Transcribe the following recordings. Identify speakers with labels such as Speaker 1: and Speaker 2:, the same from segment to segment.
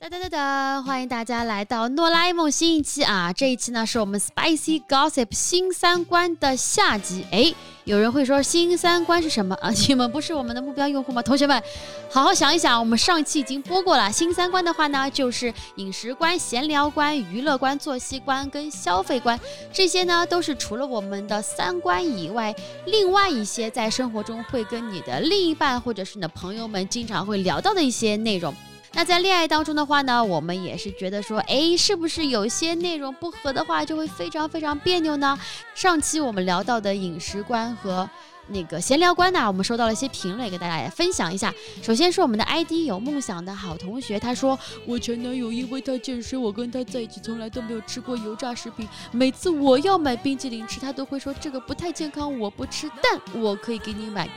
Speaker 1: 哒哒哒！欢迎大家来到《诺拉 A 梦》新一期啊！这一期呢是我们 Spicy Gossip 新三观的下集。哎，有人会说新三观是什么啊？你们不是我们的目标用户吗？同学们，好好想一想，我们上期已经播过了。新三观的话呢，就是饮食观、闲聊观、娱乐观、作息观跟消费观，这些呢都是除了我们的三观以外，另外一些在生活中会跟你的另一半或者是你的朋友们经常会聊到的一些内容。那在恋爱当中的话呢，我们也是觉得说，哎，是不是有一些内容不合的话，就会非常非常别扭呢？上期我们聊到的饮食观和那个闲聊观呢，我们收到了一些评论，给大家也分享一下。首先是我们的 ID 有梦想的好同学，他说我前男友因为他健身，我跟他在一起从来都没有吃过油炸食品，每次我要买冰淇淋吃，他都会说这个不太健康，我不吃，但我可以给你买。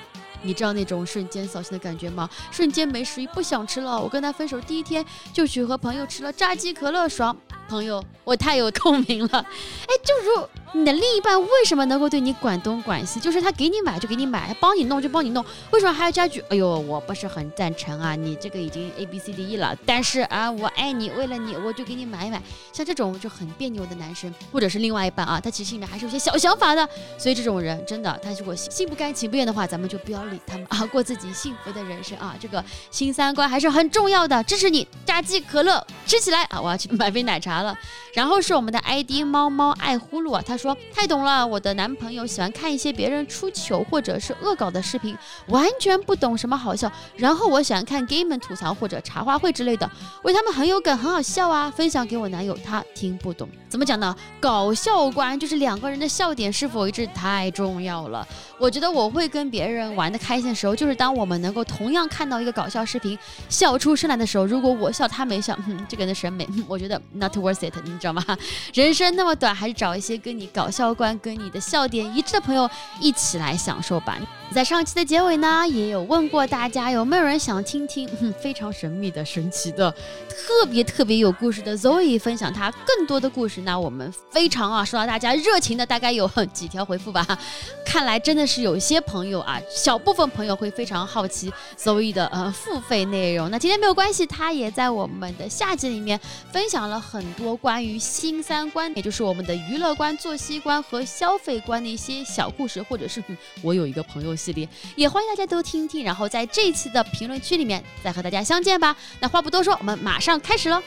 Speaker 1: 你知道那种瞬间扫兴的感觉吗？瞬间没食欲，不想吃了。我跟他分手第一天就去和朋友吃了炸鸡可乐，爽！朋友，我太有共鸣了。哎，就是你的另一半为什么能够对你管东管西？就是他给你买就给你买，他帮你弄就帮你弄，为什么还要加句？哎呦，我不是很赞成啊，你这个已经 A B C D E 了。但是啊，我爱你，为了你我就给你买一买。像这种就很别扭的男生，或者是另外一半啊，他其实心里面还是有些小想法的。所以这种人真的，他如果心不甘情不愿的话，咱们就不要理他们 啊，过自己幸福的人生啊。这个新三观还是很重要的，支持你！炸鸡可乐吃起来啊！我要去买杯奶茶了。然后是我们的 ID 猫猫爱呼噜啊，他说太懂了，我的男朋友喜欢看一些别人出糗或者是恶搞的视频，完全不懂什么好笑。然后我喜欢看 gay 们吐槽或者茶话会之类的，为他们很有梗，很好笑啊，分享给我男友，他听不懂。怎么讲呢？搞笑观就是两个人的笑点是否一致太重要了。我觉得我会跟别人玩的开心的时候，就是当我们能够同样看到一个搞笑视频，笑出声来的时候，如果我笑他没笑， 嗯，这个人的审美，嗯我觉得 not worth it，你知道吗？ 人生那么短，还是找一些跟你搞笑观、跟你的笑点一致的朋友一起来享受吧。在上期的结尾呢，也有问过大家有没有人想听听、嗯、非常神秘的、神奇的特别特别有故事的 Zoe 分享她更多的故事，那我们非常啊受到大家热情的，大概有哼几条回复吧。 看来真的是有些朋友啊，小部分朋友会非常好奇 Zoe 的呃付费内容。那今天没有关系，她也在我们的下集里面分享了很多关于新三观，也就是我们的娱乐观、作息观和消费观的一些小故事，或者是、嗯我有一个朋友系列，也欢迎大家都听听，然后在这一期的评论区里面再和大家相见吧。那话不多说，我们马上开始喽。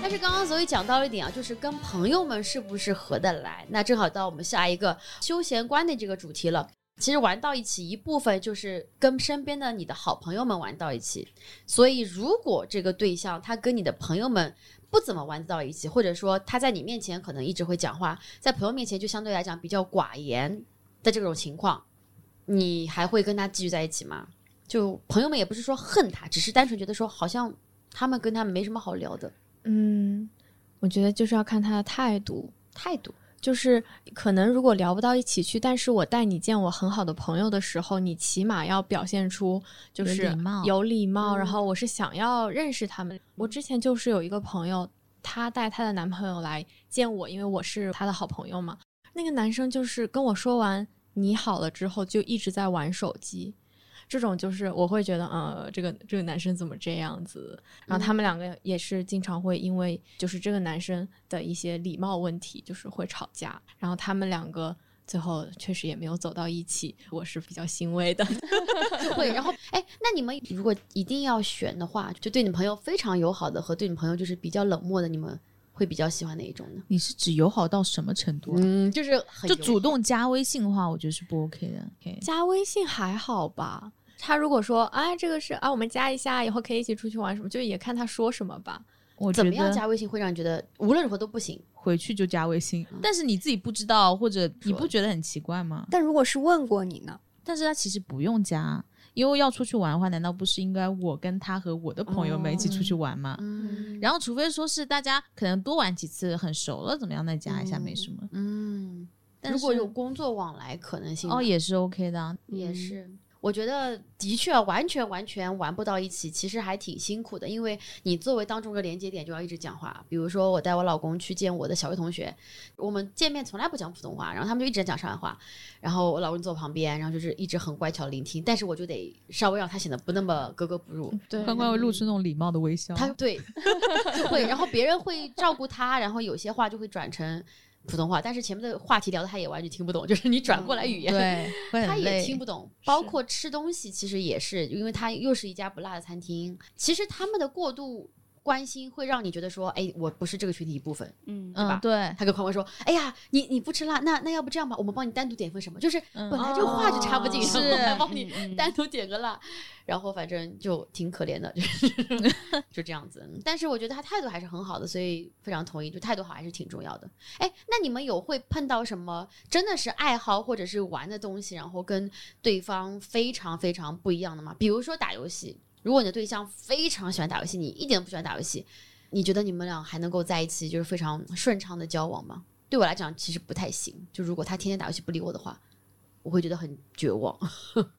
Speaker 1: 但是刚刚所以讲到了一点啊，就是跟朋友们是不是合得来？那正好到我们下一个休闲观的这个主题了。其实玩到一起一部分就是跟身边的你的好朋友们玩到一起，所以如果这个对象他跟你的朋友们不怎么玩到一起，或者说他在你面前可能一直会讲话，在朋友面前就相对来讲比较寡言的这种情况，你还会跟他继续在一起吗？就朋友们也不是说恨他，只是单纯觉得说好像他们跟他没什么好聊的。
Speaker 2: 嗯，我觉得就是要看他的态度，
Speaker 1: 态度。
Speaker 2: 就是可能如果聊不到一起去，但是我带你见我很好的朋友的时候，你起码要表现出就是
Speaker 3: 有礼貌
Speaker 2: 有礼貌
Speaker 1: 嗯
Speaker 2: 然后我是想要认识他们。我之前就是有一个朋友，她带她的男朋友来见我，因为我是她的好朋友嘛。那个男生就是跟我说完你好了之后，就一直在玩手机。这种就是我会觉得，呃，这个这个男生怎么这样子？然后他
Speaker 1: 嗯
Speaker 2: 们两个也是经常会因为就是这个男生的一些礼貌问题，就是会吵架。然后他们两个最后确实也没有走到一起，我是比较欣慰的。
Speaker 1: 就会。然后，哎，那你们如果一定要选的话，就对你朋友非常友好的和对你朋友就是比较冷漠的，你们会比较喜欢哪一种呢？
Speaker 3: 你是指友好到什么程度啊？
Speaker 1: 嗯，就是很
Speaker 3: 就主动加微信的话，我觉得是不 OK 的。OK，
Speaker 2: 加微信还好吧？他如果说，哎，这个是啊，我们加一下，以后可以一起出去玩什么，就也看他说什么吧。
Speaker 3: 我觉
Speaker 1: 怎么样
Speaker 3: 得
Speaker 1: 加微信会让你觉得无论如何都不行？
Speaker 3: 回去就加微信，
Speaker 1: 嗯
Speaker 3: 但是你自己不知道或者你不觉得很奇怪吗？
Speaker 4: 但如果是问过你呢？
Speaker 3: 但是他其实不用加，因为要出去玩的话，难道不是应该我跟他和我的朋友们一起
Speaker 1: 哦
Speaker 3: 出去玩吗？
Speaker 1: 嗯
Speaker 3: 然后，除非说是大家可能多玩几次，很熟了，怎么样再加一下，没什么。
Speaker 1: 嗯，
Speaker 3: 但
Speaker 1: 如果
Speaker 3: 是
Speaker 1: 有工作往来可能性呢，
Speaker 3: 哦，也是哦 OK 的啊。
Speaker 1: 也是。我觉得的确完全完全玩不到一起，其实还挺辛苦的，因为你作为当中一个连接点，就要一直讲话。比如说，我带我老公去见我的小学同学，我们见面从来不讲普通话，然后他们就一直在讲上海话，然后我老公坐我旁边，然后就是一直很乖巧地聆听，但是我就得稍微让他显得不那么格格不入。
Speaker 2: 对，
Speaker 3: 关关会露出那种礼貌的微笑。啊
Speaker 1: 他对就会，然后别人会照顾他，然后有些话就会转成普通话，但是前面的话题聊的他也完全听不懂，就是你转过来语言。
Speaker 3: 对，会很
Speaker 1: 他也
Speaker 3: 累
Speaker 1: 听不懂，包括吃东西，其实也是，因为他又是一家不辣的餐厅。其实他们的过度关心会让你觉得说，哎，我不是这个群体一部分。
Speaker 4: 嗯
Speaker 1: 吧
Speaker 3: 嗯，对，
Speaker 1: 他跟宽宽说，哎呀，你你不吃辣，那那要不这样吧，我们帮你单独点份什么？就是
Speaker 3: 嗯
Speaker 2: 哦
Speaker 1: 本来就哎话就插不进，
Speaker 3: 哦
Speaker 1: 然后还
Speaker 3: 是
Speaker 1: 帮你
Speaker 4: 嗯嗯
Speaker 1: 单独点个辣，然后反正就挺可怜的，就是 就这样子。但是我觉得他态度还是很好的，所以非常同意，就态度好还是挺重要的。哎，那你们有会碰到什么真的是爱好或者是玩的东西，然后跟对方非常非常不一样的吗？比如说打游戏，如果你的对象非常喜欢打游戏，你一点都不喜欢打游戏，你觉得你们俩还能够在一起就是非常顺畅的交往吗？对我来讲，其实不太行。就如果他天天打游戏不理我的话，我会觉得很绝望。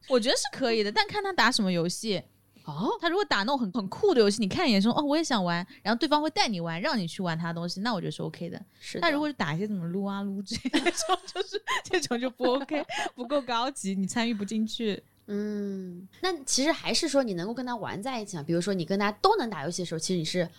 Speaker 3: 我觉得是可以的，但看他打什么游戏。
Speaker 1: 哦，
Speaker 3: 他如果打那种很很酷的游戏，你看一眼说哦，我也想玩，然后对方会带你玩，让你去玩他的东西，那我觉得是 OK 的。
Speaker 1: 是
Speaker 3: 但如果是打一些什么撸啊撸 这种，就是这种就不 OK，不 够高级，你参与不进去。
Speaker 1: 嗯，那其实还是说你能够跟他玩在一起嘛。比如说你跟他都能打游戏的时候，其实你是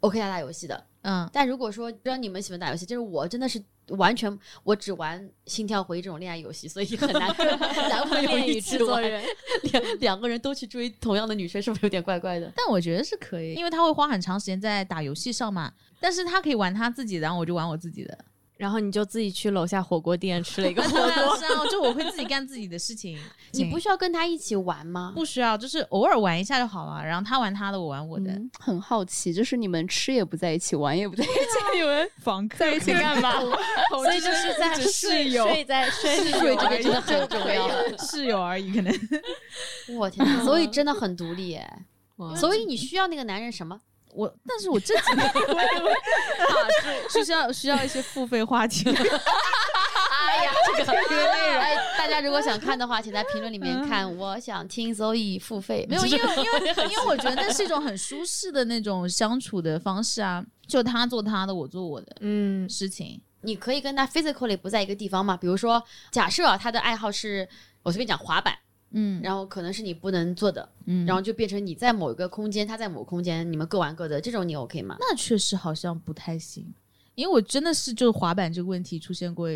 Speaker 1: OK 他打游戏的。
Speaker 3: 嗯，
Speaker 1: 但如果说让你们喜欢打游戏，就是我真的是完全我只玩《心跳回忆》这种恋爱游戏，所以很难跟 男朋友
Speaker 4: 恋
Speaker 1: 一
Speaker 4: 与
Speaker 1: 起
Speaker 4: 制
Speaker 1: 玩
Speaker 4: 作。人，
Speaker 1: 两两个人都去追同样的女生，是不是有点怪怪的？
Speaker 3: 但我觉得是可以，因为他会花很长时间在打游戏上嘛。但是他可以玩他自己的，然后我就玩我自己的。
Speaker 4: 然后你就自己去楼下火锅店吃 了一个火
Speaker 3: 对啊，
Speaker 4: 锅，
Speaker 3: 是啊，就我会自己干自己的事 情。
Speaker 1: 你不
Speaker 3: 行
Speaker 1: 需要跟他一起玩吗？
Speaker 3: 不需要，就是偶尔玩一下就好了。然后他玩他的，我玩我的。
Speaker 4: 嗯 很好奇，就是你们吃也不在一起，玩也 不在一起，你们
Speaker 3: 房客
Speaker 4: 在一起干嘛？所以就是在
Speaker 3: 室友
Speaker 4: 睡
Speaker 2: 嗯
Speaker 4: 在睡
Speaker 1: 对，
Speaker 4: 友
Speaker 1: 这
Speaker 4: 而
Speaker 1: 个
Speaker 4: 已
Speaker 1: 真的很重要。
Speaker 3: 室友而已，可能。
Speaker 1: 我天哪，所以真的很独立哎。
Speaker 4: 哇
Speaker 1: 所以你需要那个男人什么？
Speaker 3: 我，但是我这几年 是需要需要一些付费话题。
Speaker 1: 哎呀，这个哎，大家如果想看的话，请在评论里面看。我想听 Zoe 付费，
Speaker 3: 嗯没有，因 为因为因为我觉得那是一种很舒适的那种相处的方式啊，就他做他的，我做我的
Speaker 4: 嗯，
Speaker 3: 事情。
Speaker 1: 你可以跟他 physically 不在一个地方嘛。比如说，假设啊他的爱好是，我随便讲滑板，
Speaker 3: 嗯
Speaker 1: 然后可能是你不能做的，
Speaker 3: 嗯
Speaker 1: 然后就变成你在某一个空间，他在某个空间，你们各玩各的，这种你 OK 吗？
Speaker 3: 那确实好像不太行，因为我真的是就滑板这个问题出现过。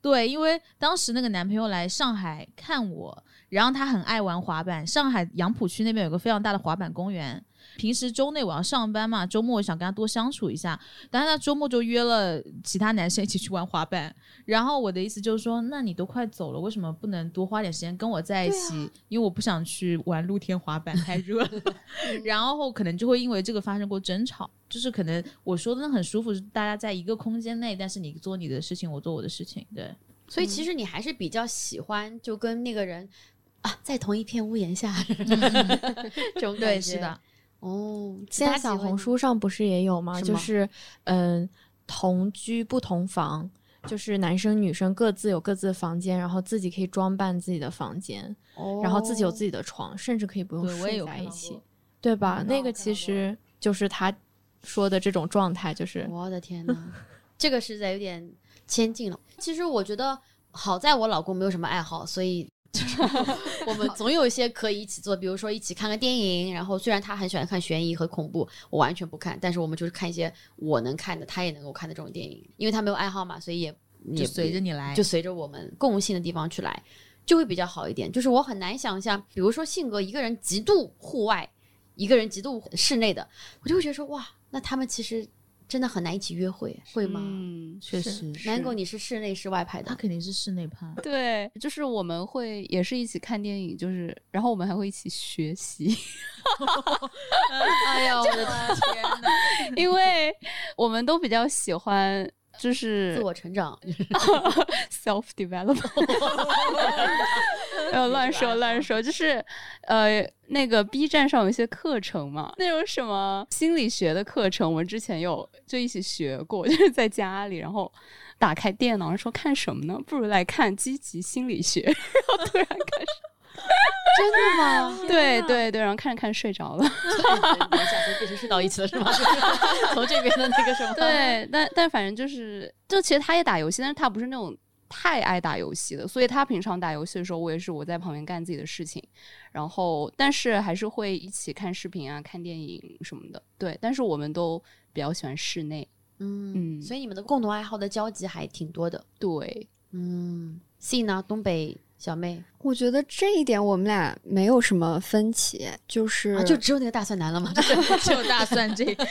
Speaker 3: 对，因为当时那个男朋友来上海看我，然后他很爱玩滑板。上海杨浦区那边有个非常大的滑板公园。平时周内我要上班嘛，周末我想跟他多相处一下，但是他周末就约了其他男生一起去玩滑板。然后我的意思就是说，那你都快走了，为什么不能多花点时间跟我在一起？因为我不想去玩露天滑板，太热了。然后可能就会因为这个发生过争吵，就是可能我说的那很舒服，是大家在一个空间内，但是你做你的事情，我做我的事情，对，
Speaker 1: 所以
Speaker 3: 嗯
Speaker 1: 其实你还是比较喜欢就跟那个人啊，在同一片屋檐下 这种感觉。
Speaker 3: 嗯对，是的，
Speaker 1: 哦，其
Speaker 2: 现
Speaker 1: 他
Speaker 2: 在
Speaker 1: 喜
Speaker 2: 小
Speaker 1: 欢
Speaker 2: 红书上不是也有吗？
Speaker 1: 是
Speaker 2: 就
Speaker 1: 吗
Speaker 2: 是嗯、同居不同房，就是男生女生各自有各自的房间，然后自己可以装扮自己的房间，
Speaker 1: 哦
Speaker 2: 然后自己有自己的床，甚至可以不用
Speaker 3: 对我也
Speaker 2: 睡
Speaker 3: 有
Speaker 2: 在
Speaker 3: 看
Speaker 2: 一
Speaker 3: 到
Speaker 2: 起
Speaker 3: 过，
Speaker 2: 对吧？
Speaker 3: 嗯
Speaker 2: 那
Speaker 3: 我
Speaker 2: 个
Speaker 3: 看
Speaker 2: 其
Speaker 3: 到过
Speaker 2: 实就是他说的这种状态，
Speaker 3: 哦
Speaker 2: 就是
Speaker 1: 我的 天呐，这个实在有点先进了。其实我觉得，好在我老公没有什么爱好，所以就是 我 们总有一些可以一起做，比如说一起看个电影。然后虽然他很喜欢看悬疑和恐怖，我完全不看，但是我们就是看一些我能看的，他也能够看的这种电影。因为他没有爱好嘛，所以也也
Speaker 3: 就随着你来，
Speaker 1: 就随着我们共性的地方去来，就会比较好一点。就是我很难想象，比如说性格一个人极度户外，一个人极度室内的，我就会觉得说哇，那他们其实真的很难一起约会，会吗？
Speaker 4: 嗯，
Speaker 3: 确
Speaker 4: 是
Speaker 3: 实，
Speaker 1: 南狗，你是室内室外派
Speaker 3: 他
Speaker 1: 的，
Speaker 3: 肯定是室内派，
Speaker 4: 对， 就是我们会也是一起看电影，就是然后我们还会一起学习，
Speaker 1: 哎呀，我的
Speaker 3: 天哪，
Speaker 4: 因为我们都比较喜欢就
Speaker 1: 自
Speaker 4: 是
Speaker 1: 我成长，
Speaker 4: self development，呃，乱说乱说，就是呃，那个 B 站上有一些课程嘛，那种什么心理学的课程，我们之前有就一起学过， 就是在家里，然后打开电 脑说看什么呢？不如来看积极心理学，然后突然开始。
Speaker 1: 真的吗？
Speaker 4: 对对对，然后看着看着睡着了。
Speaker 5: 你们下次变成睡到一起了 是吗？从这边的那个什么，
Speaker 4: 对，但但反正就是，就其实他也打游戏，但是他不是那种太爱打游戏的，所以他平常打游戏的时候，我也是我在旁边干自己的事情，然后但是还是会一起看视频啊、看电影什么的。对，但是我们都比较喜欢室内。
Speaker 1: 嗯，
Speaker 4: 嗯
Speaker 1: 所以你们的共同爱好的交集还挺多的。
Speaker 4: 对，
Speaker 1: 嗯，C 呢？东北小妹
Speaker 6: 我觉得这一点我们俩没有什么分歧，就是、
Speaker 1: 啊，就 只有那个大蒜男了吗？
Speaker 3: 就大蒜这个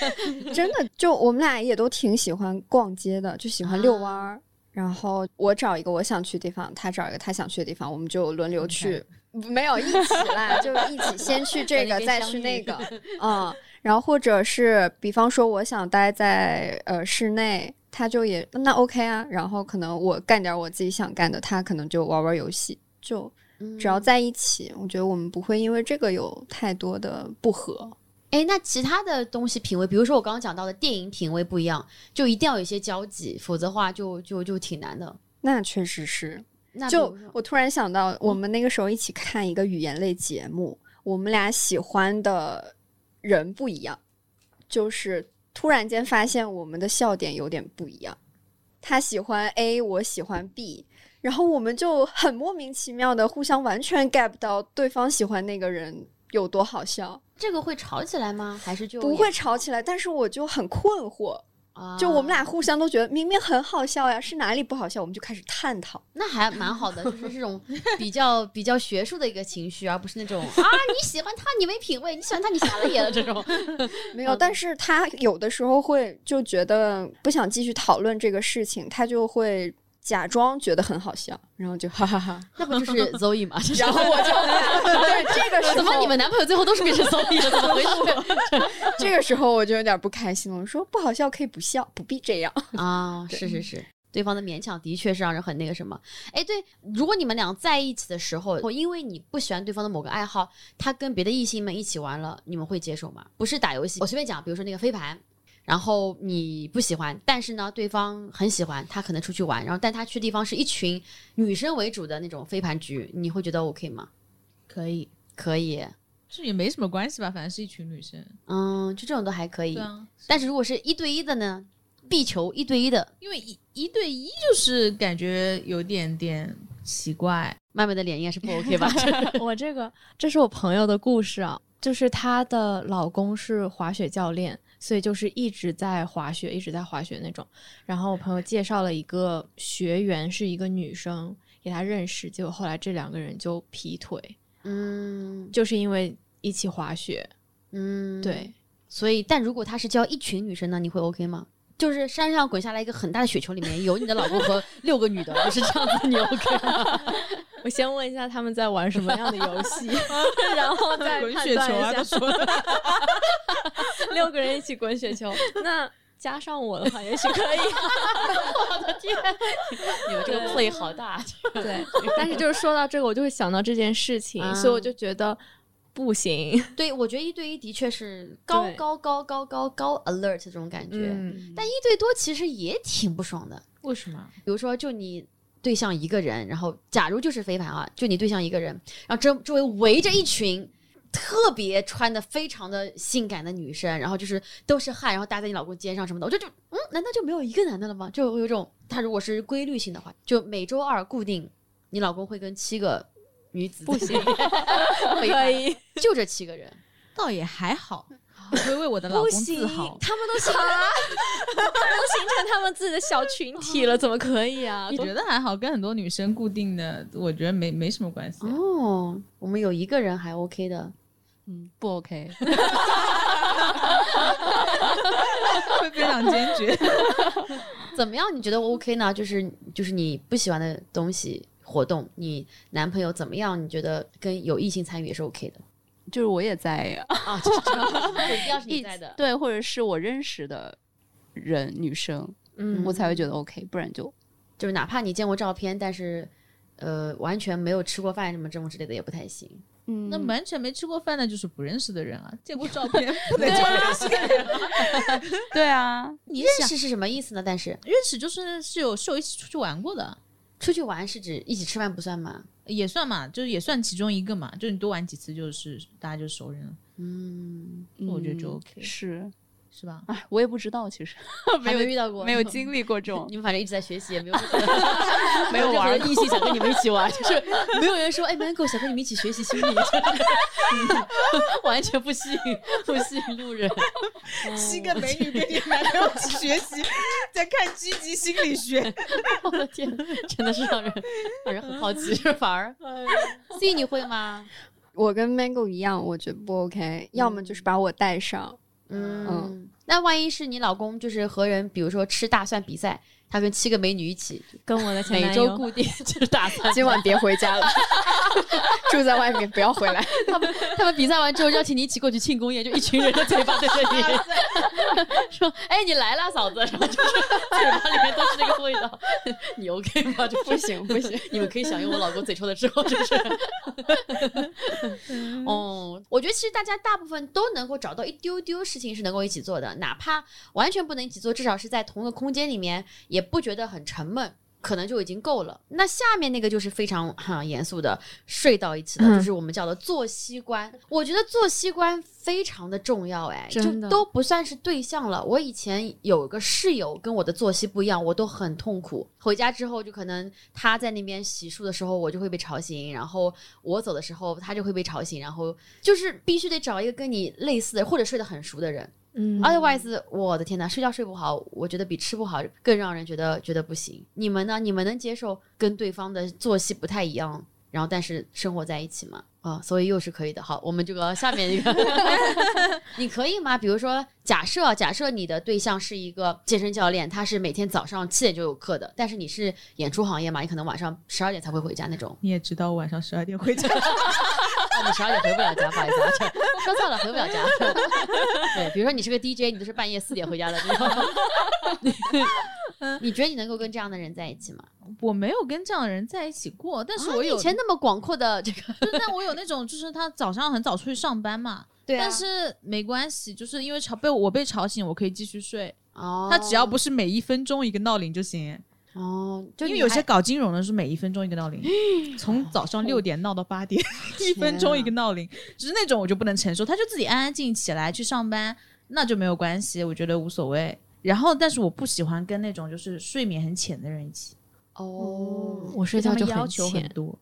Speaker 6: 真的就我们俩也都挺喜欢逛街的，就喜欢遛弯儿。然后我找一个我想去的地方，他找一个他想去的地方，我们就轮流去。没有一起啦，就一起先去这个，再去那个，嗯。然后或者是比方说，我想待在呃室内，他就也那 OK 啊。然后可能我干点我自己想干的，他可能就玩玩游戏，就
Speaker 1: 嗯
Speaker 6: 只要在一起，我觉得我们不会因为这个有太多的不和。
Speaker 1: 哎，那其他的东西品味，比如说我刚刚讲到的电影品味不一样，就一定要有一些交集，否则话就就就挺难的。
Speaker 6: 那确实是，
Speaker 1: 那
Speaker 6: 就
Speaker 1: 比如说
Speaker 6: 我突然想到，我们那个时候一起看一个语言类节目，我们俩喜欢的人不一样，就是突然间发现我们的笑点有点不一样。他喜欢 A，我喜欢 B，然后我们就很莫名其妙的互相完全 get 不到对方喜欢那个人有多好笑，
Speaker 1: 这个会吵起来吗？还是就
Speaker 6: 不
Speaker 1: 也
Speaker 6: 会吵起来，但是我就很困惑，
Speaker 1: 啊？
Speaker 6: 就我们俩互相都觉得明明很好笑呀，是哪里不好笑，我们就开始探讨。
Speaker 1: 那还蛮好的，就是这种比较比较学术的一个情绪，而不是那种啊你喜欢他你没品味，你喜欢他你瞎了眼了 这种。
Speaker 6: 没有，但是他有的时候会就觉得不想继续讨论这个事情，他就会假装觉得很好笑，然后就哈哈哈
Speaker 1: 那不就是 Zoe 吗？然
Speaker 6: 后我就对，这 个时候
Speaker 1: 怎么你们男朋友最后都是变成 Zoe 了？怎么回事
Speaker 6: 这个时候我就有点不开心了，我说不好笑可以不笑，不必这样。
Speaker 1: 啊？是
Speaker 3: 嗯
Speaker 1: 是是。对方的勉强的确是让人很那个什么，哎，对，如果你们俩在一起的时候，因为你不喜欢对方的某个爱好，他跟别的异性们一起玩了，你们会接受吗？不是打游戏，我随便讲，比如说那个飞盘，然后你不喜欢，但是呢，对方很喜欢，他可能出去玩，然后但他去地方是一群女生为主的那种飞盘局，你会觉得 OK 吗？
Speaker 3: 可以，
Speaker 1: 可以，
Speaker 3: 这也没什么关系吧，反正是一群女生。
Speaker 1: 嗯，就这种都还可以。
Speaker 3: 对啊，
Speaker 1: 但是如果是一对一的呢？壁球一对一的，
Speaker 3: 因为一一对一就是感觉有点点奇怪，
Speaker 1: 妹妹的脸应该是不 OK 吧？
Speaker 2: 我这个这是我朋友的故事啊，就是她的老公是滑雪教练，所以就是一直在滑雪，一直在滑雪那种。然后我朋友介绍了一个学员是一个女生给她认识，结果后来这两个人就劈腿，
Speaker 1: 嗯
Speaker 2: 就是因为一起滑雪。
Speaker 1: 嗯，
Speaker 2: 对，
Speaker 1: 所以，但如果他是教一群女生呢，你会 OK 吗？就是山上滚下来一个很大的雪球，里面有你的老公和六个女的，就是这样子，你 OK 吗？
Speaker 2: 我先问一下他们在玩什么样的游 戏，然后再
Speaker 3: 滚
Speaker 2: 判
Speaker 3: 雪球啊，
Speaker 2: 断一下。
Speaker 3: 都说了
Speaker 2: 六个人一起滚雪球，那加上我的话，也许可 以。
Speaker 5: 你们这 个 play 好大，
Speaker 2: 对，但是就是说到这个，我就会想到这件事情，
Speaker 1: 啊
Speaker 2: 所以我就觉得不行。
Speaker 1: 对，我觉得一对一的确是高
Speaker 2: 对
Speaker 1: 高高高高高 alert 这种感觉，
Speaker 2: 嗯，
Speaker 1: 但一对多其实也挺不爽的。
Speaker 3: 为什么？
Speaker 1: 比如说，就你对象一个人，然后假如就是飞盘啊，就你对象一个人，然后周周围围着一群特别穿的非常的性感的女生，然后就是都是汗，然后搭在你老公肩上什么的，我就就嗯，难道就没有一个男的了吗？就会有种，他如果是规律性的话，就每周二固定，你老公会跟七个女子不行，
Speaker 2: 可以，
Speaker 1: 就这七个人，
Speaker 3: 倒也还好，
Speaker 4: 嗯
Speaker 3: 我会为我的老公自豪。
Speaker 2: 他们都形成，他们都形成他们自己的小群体 了，怎么可以啊？
Speaker 3: 我觉得还好，跟很多女生固定的，我觉得没没什么关系。
Speaker 1: 哦，我们有一个人还 OK 的，
Speaker 4: 嗯，不 OK。
Speaker 3: 会非常坚决。
Speaker 1: 怎么样？你觉得 OK 呢？就是就是你不喜欢的东西活动，你男朋友怎么样？你觉得跟有异性参与也是 OK 的
Speaker 4: 就是我也在
Speaker 1: 啊？就是这样一定要是
Speaker 4: 一对，或者是我认识的人女生，
Speaker 1: 嗯，
Speaker 4: 我才会觉得 OK，不然就
Speaker 1: 就是哪怕你见过照片，但是呃完全没有吃过饭什么这种之类的也不太行。
Speaker 4: 嗯
Speaker 3: 那完全没吃过饭的就是不认识的人啊，见过照 片不能
Speaker 4: 对
Speaker 3: 叫
Speaker 4: 啊，对啊，
Speaker 3: 你
Speaker 4: 啊
Speaker 1: 嗯认识是什么意思呢？但是
Speaker 3: 认识就是是有是有一起出去玩过的，
Speaker 1: 出去玩是指一起吃饭不算吗？
Speaker 3: 也算嘛，就是也算其中一个嘛，就你多玩几次，就是大家就熟人了，
Speaker 1: 嗯，
Speaker 3: 我觉得就
Speaker 4: 嗯
Speaker 3: OK，
Speaker 4: 是，
Speaker 3: 是吧？
Speaker 4: 哎，我也不知道，其实
Speaker 1: 还
Speaker 4: 没
Speaker 1: 没
Speaker 4: 有
Speaker 1: 遇到过，
Speaker 4: 没有经历过这种
Speaker 5: 你们反正一直在学习， 也没有
Speaker 4: 没有玩
Speaker 5: 任何异性想跟你们一起玩， 就是没有人说哎，Mango 想跟你们一起学习 心理，完全不吸引不吸引路人。
Speaker 4: 嗯
Speaker 3: 七个美女跟你男朋友去学习，在看积极心理学。
Speaker 5: 我的天，真的是让人让人很好奇，是反而
Speaker 1: C 你会吗？
Speaker 6: 我跟 Mango 一样，我觉得不 OK，要么就是把我带上，
Speaker 1: 嗯
Speaker 6: 嗯，
Speaker 1: 那万一是你老公就是和人，比如说吃大蒜比赛，他跟七个美女一起，
Speaker 2: 跟我的前
Speaker 5: 每
Speaker 2: 男
Speaker 5: 周
Speaker 2: 友，
Speaker 5: 固定就是大餐。
Speaker 6: 今晚别回家了， 住在外面不要回来。
Speaker 5: 他们他们比赛完之后邀请你一起过去庆功宴，就一群人的嘴巴对着你，说：“哎，你来啦， 嫂子。”然后就是嘴巴里面都是那个味道， 你 OK 吗？就不行 不行，你们可以享用我老公嘴臭的时候，就是。
Speaker 1: 哦，我觉得其实大家大部分都能够找到一丢丢事情是能够一起做的，哪怕完全不能一起做，至少是在同一个空间里面，也不觉得很沉闷，可能就已经够了。那下面那个就是非常哈、严肃的睡到一起的，
Speaker 6: 嗯
Speaker 1: 就是我们叫的作息观。我觉得作息观非常的重要，哎，就
Speaker 6: 真的
Speaker 1: 都不算是对象了。我以前有个室友跟我的作息不一样，我都很痛苦。回家之后就可能他在那边洗漱的时候，我就会被吵醒，然后我走的时候他就会被吵醒，然后就是必须得找一个跟你类似的或者睡得很熟的人。
Speaker 2: 嗯
Speaker 1: Otherwise，我的天呐，睡觉睡不好，我觉得比吃不好更让人觉得觉得不行。你们呢？你们能接受跟对方的作息不太一样，然后但是生活在一起吗？啊、所以又是可以的。好，我们这个下面一 个，你可以吗？比如说，假设假设你的对象是一个健身教练，他是每天早上七点就有课的，但是你是演出行业嘛，你可能晚上十二点才会回家那种。哦
Speaker 3: 你也知道，晚上十二点回家，
Speaker 5: 啊，你十二点回不了家，不好意思啊，这
Speaker 1: 说错了，回不了家。 对，比如说你是个 DJ，你都是半夜四点回家的这种。 你觉得你能够跟这样的人在一起吗？
Speaker 3: 我没有跟这样的人在一起过，但是
Speaker 1: 啊
Speaker 3: 我
Speaker 1: 你
Speaker 3: 有，
Speaker 1: 以前那么广阔的这个，
Speaker 3: 就但我有那种，就是他早上很早出去上班 嘛，
Speaker 6: 啊
Speaker 1: 对啊
Speaker 3: 但是没关系，就是因为吵被我被吵醒，我可以继续睡。
Speaker 1: 哦，
Speaker 3: 他只要不是每一分钟一个闹铃就行，
Speaker 1: 哦，就
Speaker 3: 因为
Speaker 1: 你
Speaker 3: 有些
Speaker 1: 还
Speaker 3: 搞金融的是每一分钟一 个闹铃，从早上六点闹到八
Speaker 1: 哦
Speaker 3: 点， 一分钟一
Speaker 1: 啊
Speaker 3: 个闹铃，只是那种我就不能承受，他就自己安安静静起来去上班，那就没有关系，我觉得无所谓。然后，但是我不喜欢跟那种就是睡眠很浅的人一起，
Speaker 1: 哦，
Speaker 2: 我睡
Speaker 3: 对
Speaker 2: 觉
Speaker 3: 他
Speaker 2: 就
Speaker 3: 们要
Speaker 2: 很
Speaker 3: 求
Speaker 2: 浅
Speaker 3: 很，多，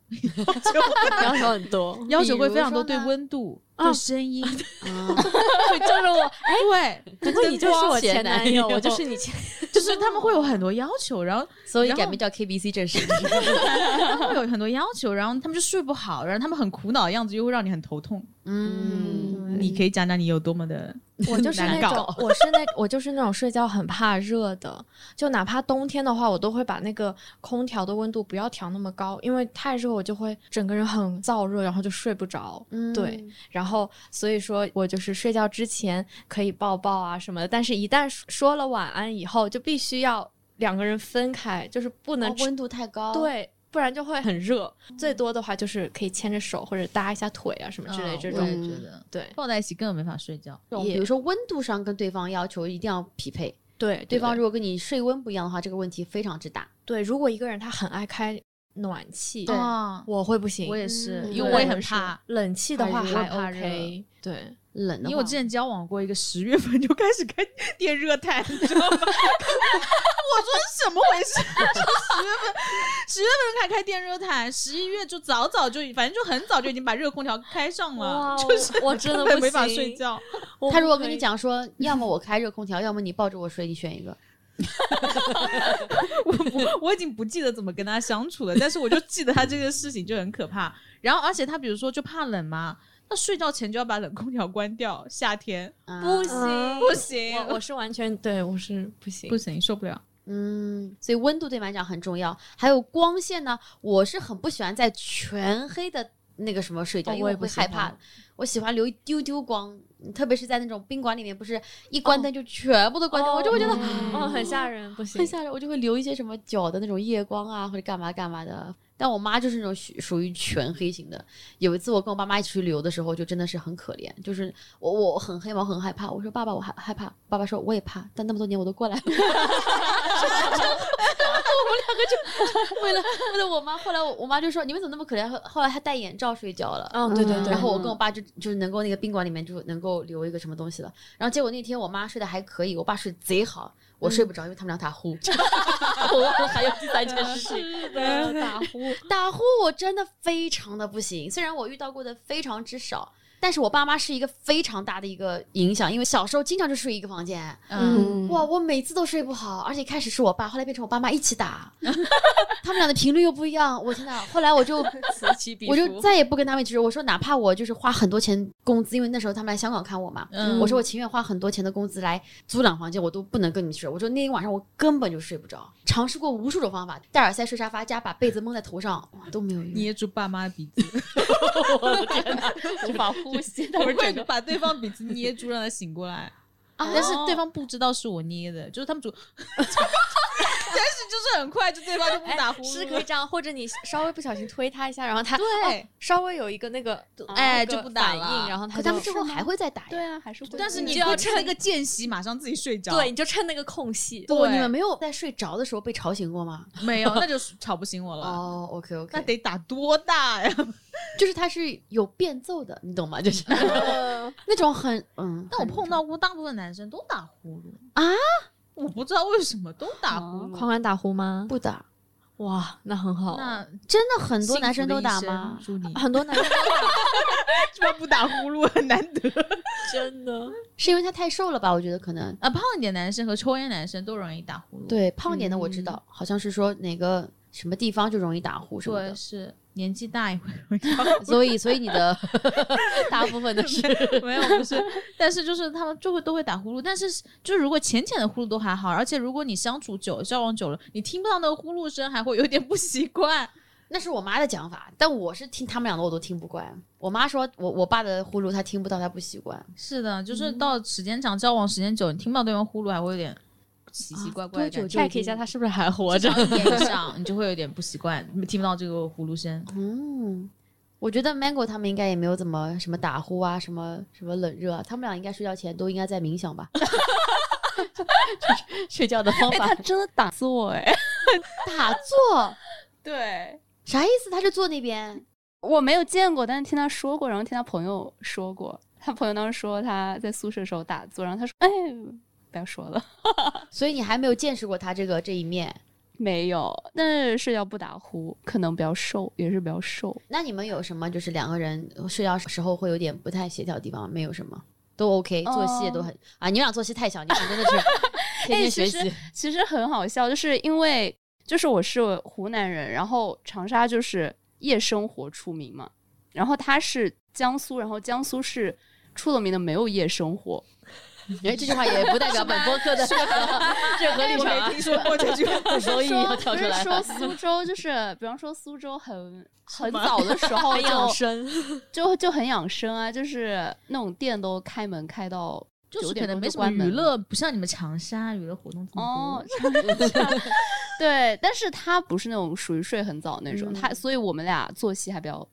Speaker 5: 要求很多。
Speaker 3: 要求会非常多，
Speaker 1: 比
Speaker 3: 对
Speaker 1: 如说呢
Speaker 3: 温度、对声音、嗯
Speaker 1: 啊
Speaker 3: 对照着我，哎，
Speaker 2: 不过你就是我前男 友，
Speaker 5: 前男友
Speaker 2: 我就是你前，
Speaker 3: 对，就是他们会有很多要求，然后
Speaker 1: 所以
Speaker 3: 然后
Speaker 1: 改名叫 KBC 正 式。
Speaker 3: 他们会有很多要求，然后他们就睡不好，然后他们很苦恼的样子又会让你很头痛。
Speaker 1: 嗯，
Speaker 3: 你可以讲讲你有多么的
Speaker 2: 我就是
Speaker 3: 难
Speaker 2: 那
Speaker 3: 搞
Speaker 2: 种，我是那我就是那种睡觉很怕热的，就哪怕冬天的话，我都会把那个空调的温度不要调那么高，因为太热我就会整个人很燥热，然后就睡不着。
Speaker 1: 嗯
Speaker 2: 对，然后所以说我就是睡觉之前可以抱抱啊什么的，但是一旦说说了晚安以后，就必须要两个人分开，就是不能
Speaker 1: 哦温度太高，，
Speaker 2: 对，不然就会很热。最多的话就是可以牵着手或者搭一下腿啊什么之类这
Speaker 3: 哦我
Speaker 2: 种。
Speaker 3: 也觉得
Speaker 2: 对
Speaker 3: 抱在一起根本没法睡觉。
Speaker 1: 比如说温度上跟对方要求一定要匹配，
Speaker 2: 对，
Speaker 1: 对方
Speaker 2: 对
Speaker 1: 如果跟你睡温不一样的话，这个问题非常之大。
Speaker 2: 对，如果一个人他很爱开暖气，
Speaker 1: 对
Speaker 3: 啊，
Speaker 2: 哦我会不行。
Speaker 3: 我也是，
Speaker 1: 嗯
Speaker 3: 因
Speaker 2: 对
Speaker 3: 为我也很怕。
Speaker 2: 冷气的话
Speaker 3: 怕热
Speaker 2: 还
Speaker 3: 怕
Speaker 2: OK，对，
Speaker 1: 冷的
Speaker 3: 因
Speaker 1: 话，
Speaker 3: 为我之前交往过一个十月份就开始开电热毯，你知道吗？我说 是怎么回事？ 说十月份，十月份开开电热毯，十一月就早早就，反正就很早就已经把热空调开上了，就是
Speaker 2: 哦我我真的
Speaker 3: 根
Speaker 2: 不
Speaker 3: 本没法睡
Speaker 2: 行。
Speaker 3: 觉。
Speaker 2: 我
Speaker 1: 他
Speaker 2: 不
Speaker 1: 如果
Speaker 2: 可
Speaker 1: 跟你
Speaker 2: 以，
Speaker 1: 讲 说，要么我开热空调，要么你抱着我睡，你选一个。
Speaker 3: 我不，我已经不记得怎么跟他相处了，但是我就记得他这个事情就很可怕。然后，而且他比如说就怕冷嘛，他睡觉前就要把冷空调关掉，夏天
Speaker 1: 啊
Speaker 2: 不行
Speaker 6: 嗯
Speaker 3: 不行，
Speaker 2: 我我是完全对我是不行
Speaker 3: 不。行，受不了。
Speaker 1: 嗯，所以温度对你们来讲很重要，还有光线呢，我是很不喜欢在全黑的那个什么睡觉，
Speaker 2: 哦
Speaker 1: 因
Speaker 2: 我
Speaker 1: 为
Speaker 2: 也
Speaker 1: 我
Speaker 2: 不
Speaker 1: 会
Speaker 2: 喜
Speaker 1: 害怕
Speaker 2: 欢。
Speaker 1: 我喜欢留一丢丢光，特别是在那种宾馆里面，不是一关灯就全部都关灯，我就会觉得嗯
Speaker 2: 哦，很吓人，不行
Speaker 1: 很。吓人，我就会留一些什么脚的那种夜光啊，或者干嘛干嘛的。但我妈就是那种属属于全黑型的。有一次我跟我爸妈一起去旅游的时候，就真的是很可怜，就是我我很黑嘛，我很害怕。我说爸爸，我 害害怕。爸爸说我也怕，但那么多年我都过来了。我们为了为了我妈，后来我我妈就说你们怎么那么可怜？后后来她戴眼罩睡觉了。
Speaker 2: 嗯，对对对，
Speaker 1: 然后我跟我爸就就是能够那个宾馆里面就能够留一个什么东西了。然后结果那天我妈睡得还可以，我爸睡得贼好，我睡不
Speaker 2: 嗯
Speaker 1: 着，因为他们俩打 呼。我忘了还有第三件事情，
Speaker 3: 嗯
Speaker 2: 打呼，
Speaker 1: 打呼我真的非常的不行，虽然我遇到过的非常之少。但是我爸妈是一个非常大的一个影响，因为小时候经常就睡一个房间，
Speaker 3: 嗯，
Speaker 1: 哇，我每次都睡不好，而且一开始是我爸，后来变成我爸妈一起打， 他们俩的频率又不一样，我天呐，后来我就
Speaker 5: 此起彼伏。
Speaker 1: 我就再也不跟他们一起住。我说，哪怕我就是花很多钱工资，因为那时候他们来香港看我嘛，
Speaker 3: 嗯
Speaker 1: 我说我情愿花很多钱的工资来租两房间，我都不能跟你们睡。我说那天晚上我根本就睡不着，尝试过无数种方法，戴耳塞睡沙发加把被子蒙在头上哇都没有用。
Speaker 3: 捏住爸妈鼻子，
Speaker 4: 无法呼吸，他
Speaker 3: 我
Speaker 4: 们
Speaker 3: 会
Speaker 4: 整个
Speaker 3: 把对方鼻子捏住，让他醒过来。哦
Speaker 1: 啊
Speaker 3: 但是对方不知道是我捏的，就是他们主， 但是就是很快就对方就不打呼 噜
Speaker 2: 是
Speaker 3: 了，
Speaker 2: 可以这样，或者你稍微不小心推他一下，然后他
Speaker 3: 对
Speaker 2: 哦稍微有一个那个
Speaker 3: 哎
Speaker 2: 哦那个
Speaker 3: 就不打
Speaker 2: 反
Speaker 3: 了
Speaker 2: 应，然后他
Speaker 1: 可
Speaker 2: 就
Speaker 1: 他们之后还会再打呀。
Speaker 4: 对啊，还是会
Speaker 3: 但是你
Speaker 2: 就要
Speaker 3: 会趁
Speaker 2: 趁
Speaker 3: 那个间隙马上自己睡着。
Speaker 2: 对，，你就趁那个空隙，
Speaker 1: 不，你们没有在睡着的时候被吵醒过吗？
Speaker 3: 没有，那就吵不醒我了。
Speaker 1: 哦，OK
Speaker 3: 那
Speaker 1: OK，
Speaker 3: 得打多大 呀？
Speaker 1: 就是它是有变奏的，你懂吗？就是 那种很嗯，
Speaker 3: 但我
Speaker 1: 很
Speaker 3: 碰到过大部分男生都打呼噜
Speaker 1: 啊，
Speaker 3: 我不知道为什么都
Speaker 1: 哦
Speaker 3: 打呼
Speaker 4: 嗯
Speaker 3: 噜。
Speaker 2: 狂敢打呼吗？
Speaker 1: 不打，
Speaker 2: 哇，那很好，
Speaker 3: 那
Speaker 1: 真的很多男生都
Speaker 3: 幸福的
Speaker 1: 打
Speaker 3: 一生
Speaker 1: 吗？
Speaker 3: 祝你
Speaker 2: 很多男生
Speaker 3: 这么不打呼噜 很难得
Speaker 2: 真的
Speaker 1: 是因为他太瘦了吧？我觉得可能
Speaker 3: 啊！胖一点男生和抽烟男生都容易打呼噜。
Speaker 1: 对，胖点的我知道，
Speaker 3: 嗯
Speaker 1: 好像是说哪个什么地方就容易打呼什么
Speaker 3: 对，
Speaker 1: 的，
Speaker 3: 是年纪大也会容易
Speaker 1: 所以所以你的 大部 分的是
Speaker 3: 没有，不是，但是就是他们就会都会打呼噜，但是就是如果浅浅的呼噜都还好，而且如果你相处久、交往久了，你听不到那个呼噜声，还会有点不习惯。
Speaker 1: 那是我妈的讲法，但我是听他们俩的我都听不惯。我妈说我我爸的呼噜她听不到，她不习惯。
Speaker 3: 是的，就是到
Speaker 1: 嗯
Speaker 3: 时间长、交往时间久，你听不到对方呼噜，还会有点奇奇怪怪的
Speaker 1: 啊多久
Speaker 3: 感觉。
Speaker 1: 就已
Speaker 2: check 一下
Speaker 1: 经
Speaker 2: 他是不是还活着。
Speaker 3: 一年以 上，你就会有点不习惯，听不到这个呼噜声。
Speaker 1: 嗯，我觉得 Mango 他们应该也没有怎么什么打呼啊，什么什么冷热啊，他们俩应该睡觉前都应该在冥想吧。 睡觉的方
Speaker 4: 哎，
Speaker 1: 法
Speaker 4: 他真的打坐哎，
Speaker 1: 打坐
Speaker 4: 对。
Speaker 1: 啥意思？他是坐那边
Speaker 4: 我没有见过，但是听他说过，然后听他朋友说过，他朋友当时说他在宿舍的时候打坐，然后他说：“哎，不要说了，
Speaker 1: 所以你还没有见识过他这个这一面。
Speaker 4: 没有。”但是睡觉不打呼，可能比较瘦，也是比较瘦。
Speaker 1: 那你们有什么就是两个人呃睡觉时候会有点不太协调的地方？没有什么，都 OK，
Speaker 6: 嗯
Speaker 4: 哦
Speaker 1: 作息也都很、啊。你们俩作息太小，你俩 真的是天天学习。
Speaker 4: 其其实很好笑，就是因为就是我是湖南人，然后长沙就是夜生活出名嘛，然后他是江苏，然后江苏是出了名的没有夜生活，
Speaker 1: 哎，这句话也不代表本播客的 任何立场啊。
Speaker 3: 说过这句 话，
Speaker 1: 所以要跳
Speaker 4: 不
Speaker 1: 出
Speaker 4: 是
Speaker 1: 来
Speaker 4: 说
Speaker 1: 了。
Speaker 4: 苏州，就是比方说苏州很很早的时候
Speaker 2: 养
Speaker 4: 就
Speaker 2: 生，
Speaker 4: 就就很养生啊，就是那种店都开门开到
Speaker 3: 就是
Speaker 4: 九
Speaker 3: 可
Speaker 4: 点
Speaker 3: 能
Speaker 4: 钟
Speaker 3: 没
Speaker 4: 就
Speaker 3: 什么
Speaker 4: 关
Speaker 3: 娱
Speaker 4: 门了。
Speaker 3: 乐，不像你们长沙娱乐活动这么
Speaker 4: 哦
Speaker 3: 多。，
Speaker 4: 对，但是他不是那种属于睡很早那种，
Speaker 1: 嗯
Speaker 4: 他所以我们俩作息还比较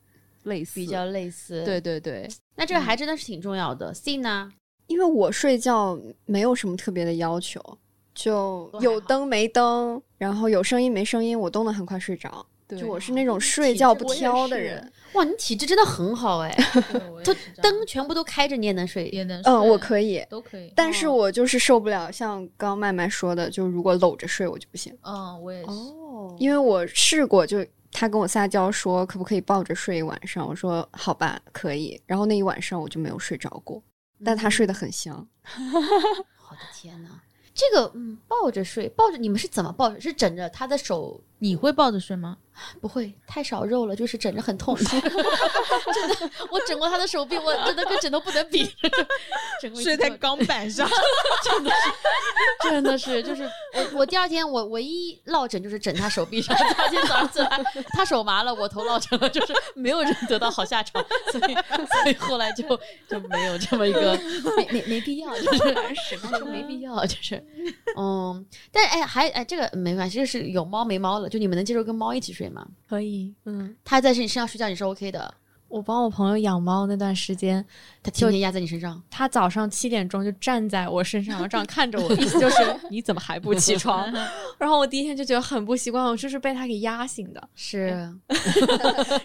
Speaker 4: 类似，
Speaker 1: 比较类似，
Speaker 4: 对，对对，
Speaker 1: 那这个还真的是挺重要
Speaker 6: 嗯
Speaker 1: 的。C 呢？
Speaker 6: 因为我睡觉没有什么特别的要求，就
Speaker 1: 都还
Speaker 6: 有
Speaker 1: 好
Speaker 6: 灯没灯，然后有声音没声音，我都能很快睡着。
Speaker 4: 对
Speaker 6: 就我是那种睡觉不挑的人，
Speaker 1: 哇，你体质真的很好 哎，就
Speaker 3: 就
Speaker 6: 啊
Speaker 1: 灯全部都开着你也能睡。
Speaker 3: 也能睡，
Speaker 6: 嗯，我可以，
Speaker 3: 都可以。
Speaker 6: 但是
Speaker 1: 嗯
Speaker 6: 我就是受不了像刚刚麦麦说的，就如果搂着睡我就不行，
Speaker 3: 嗯，我也是。
Speaker 1: 哦
Speaker 6: 因为我试过就。他跟我撒娇说可不可以抱着睡一晚上，我说好吧，可以。然后那一晚上我就没有睡着过，
Speaker 1: 嗯
Speaker 6: 但他睡得很香。
Speaker 1: 我的天呐，这个嗯，抱着睡，抱着你们是怎么抱着？是枕着他的手
Speaker 3: 你会抱着睡吗？
Speaker 1: 不会，太少肉了，就是枕着很 痛。真的，我枕过他的手臂，我真的跟枕头不能比。 枕过一次
Speaker 3: 睡在钢板上，
Speaker 1: 真的是，就是我我第二天我唯一落枕就是枕他手臂上， 第二天早上起来他手麻了，我头落枕了，就是没有人得到好下场，所以所以后来就就没有这么一个 没没没必要，就是实在是没必要，就是嗯，但是哎还哎这个没关系，就是有猫没猫了，就你们能接受跟猫一起睡吗？
Speaker 2: 可以，嗯，
Speaker 1: 它在你身上睡觉你是 OK 的，
Speaker 2: 我帮我朋友养猫那段时间，
Speaker 1: 他天天压在你身上，
Speaker 2: 他早上七点钟就站在我身上，然后这样看着我，意思就是 你怎么还不起床？然后我第一天就觉得很不习惯，我就是被他给压醒的。
Speaker 1: 是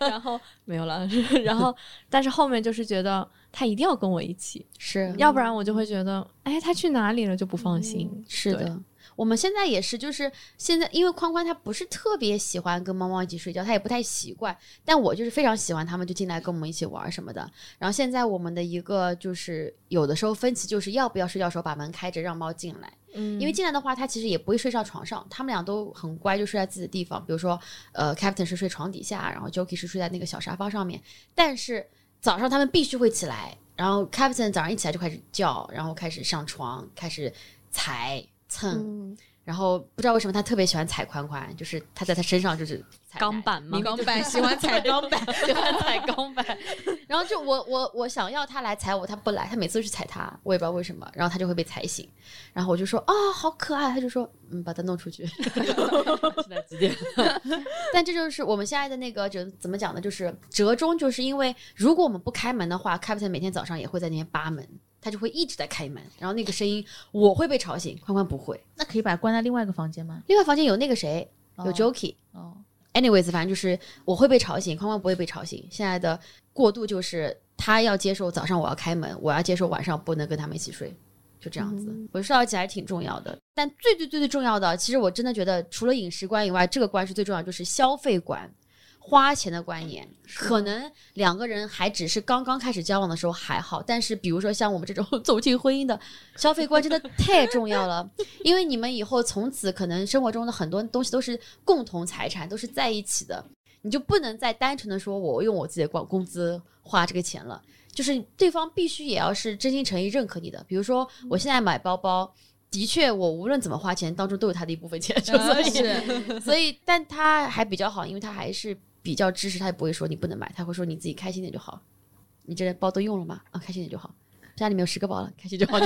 Speaker 2: 然后没有了， 然后但是后面就是觉得他一定要跟我一起，
Speaker 1: 是
Speaker 2: 要不然我就会觉得，哎，他去哪里了就不放心。
Speaker 1: 是
Speaker 2: 对，
Speaker 1: 的。我们现在也是，就是现在，因为宽宽他不是特别喜欢跟猫猫一起睡觉，他也不太习惯。但我就是非常喜欢他们，就进来跟我们一起玩什么的。然后现在我们的一个就是有的时候分歧，就是要不要睡觉的时候把门开着让猫进来。
Speaker 2: 嗯
Speaker 1: 因为进来的话，它其实也不会睡上床上，他们俩都很乖，就睡在自己的地方。比如说，呃，Captain 是睡床底下，然后 Jokey 是睡在那个小沙发上面。但是早上他们必须会起来，然后 Captain 早上一起来就开始叫，然后开始上床，开始踩蹭，
Speaker 6: 嗯，
Speaker 1: 然后不知道为什么他特别喜欢踩宽宽，就是他在他身上就是踩
Speaker 5: 钢
Speaker 1: 奶
Speaker 5: 板吗？
Speaker 3: 钢板 喜欢踩钢板，
Speaker 5: 喜欢踩钢板，
Speaker 1: 然后就我我我想要他来踩我，他不来，他每次都去踩他，我也不知道为什么，然后他就会被踩醒，然后我就说啊、好可爱，他就说嗯，把他弄出去。 现在几点？ 但这就是我们现在的那个就怎么讲呢？就是折中，就是因为如果我们不开门的话，Captain 每天早上也会在那边扒门，他就会一直在开门，然后那个声音我会被吵醒，宽宽不会。
Speaker 3: 那可以把它关在另外一个房间吗？
Speaker 1: 另外房间有那个谁，有
Speaker 3: 哦
Speaker 1: Jokey，
Speaker 3: 哦，
Speaker 1: anyways，反正就是我会被吵醒，框框不会被吵醒。现在的过渡就是他要接受早上我要开门，我要接受晚上不能跟他们一起睡，就这样子。我睡到一起还挺重要的，但最最最最重要的，其实我真的觉得除了饮食观以外，这个观是最重要的，就是消费观。花钱的观念，可能两个人还只是刚刚开始交往的时候还好，但是比如说像我们这种 走进婚姻的，消费观真的太重要了。因为你们以后从此可能生活中的很多东西都是共同财产，都是在一起的，你就不能再单纯的说我用我自己的工工资花这个钱了，就是对方必须也要是真心诚意认可你的。比如说我现在买包包，的确我无论怎么花钱，当中都有他的一部分钱，所以
Speaker 3: 是
Speaker 1: 所以，但他还比较好，因为他还是比较支持，他也不会说你不能买，他会说你自己开心点就好。你这包都用了吗？啊，开心点就好。家里面有十个包了，开心就好。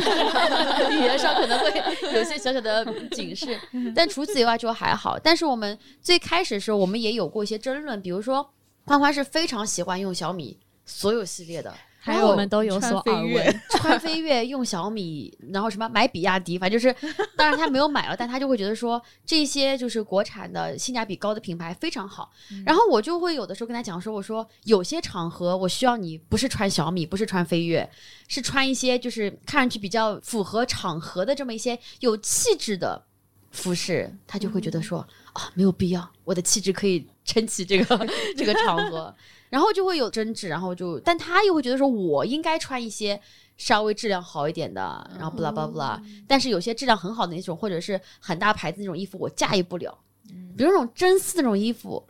Speaker 1: 语言上可能会有些小小的警示，但除此以外就还好。但是我们最开始的时候，我们也有过一些争论，比如说欢欢是非常喜欢用小米所有系列的，
Speaker 2: 还
Speaker 1: 然
Speaker 2: 有
Speaker 1: 后
Speaker 2: 我们都有所
Speaker 3: 穿飞
Speaker 2: 耳
Speaker 3: 跃
Speaker 2: 闻，
Speaker 1: 穿飞跃用小米，然后什么买比亚迪，反正就是，当然他没有买了，但他就会觉得说这些就是国产的性价比高的品牌非常好。然后我就会有的时候跟他讲说，我说有些场合我需要你不是穿小米，不是穿飞跃，是穿一些就是看上去比较符合场合的这么一些有气质的服饰，他就会觉得说啊没有必要，我的气质可以撑起这个这个场合。 然后就会有争执，然后就，但他又会觉得说，我应该穿一些稍微质量好一点的，然后不啦不啦不啦。但是有些质量很好的那种，或者是很大牌子那种衣服，我驾驭不了。比如那种真丝那种衣服，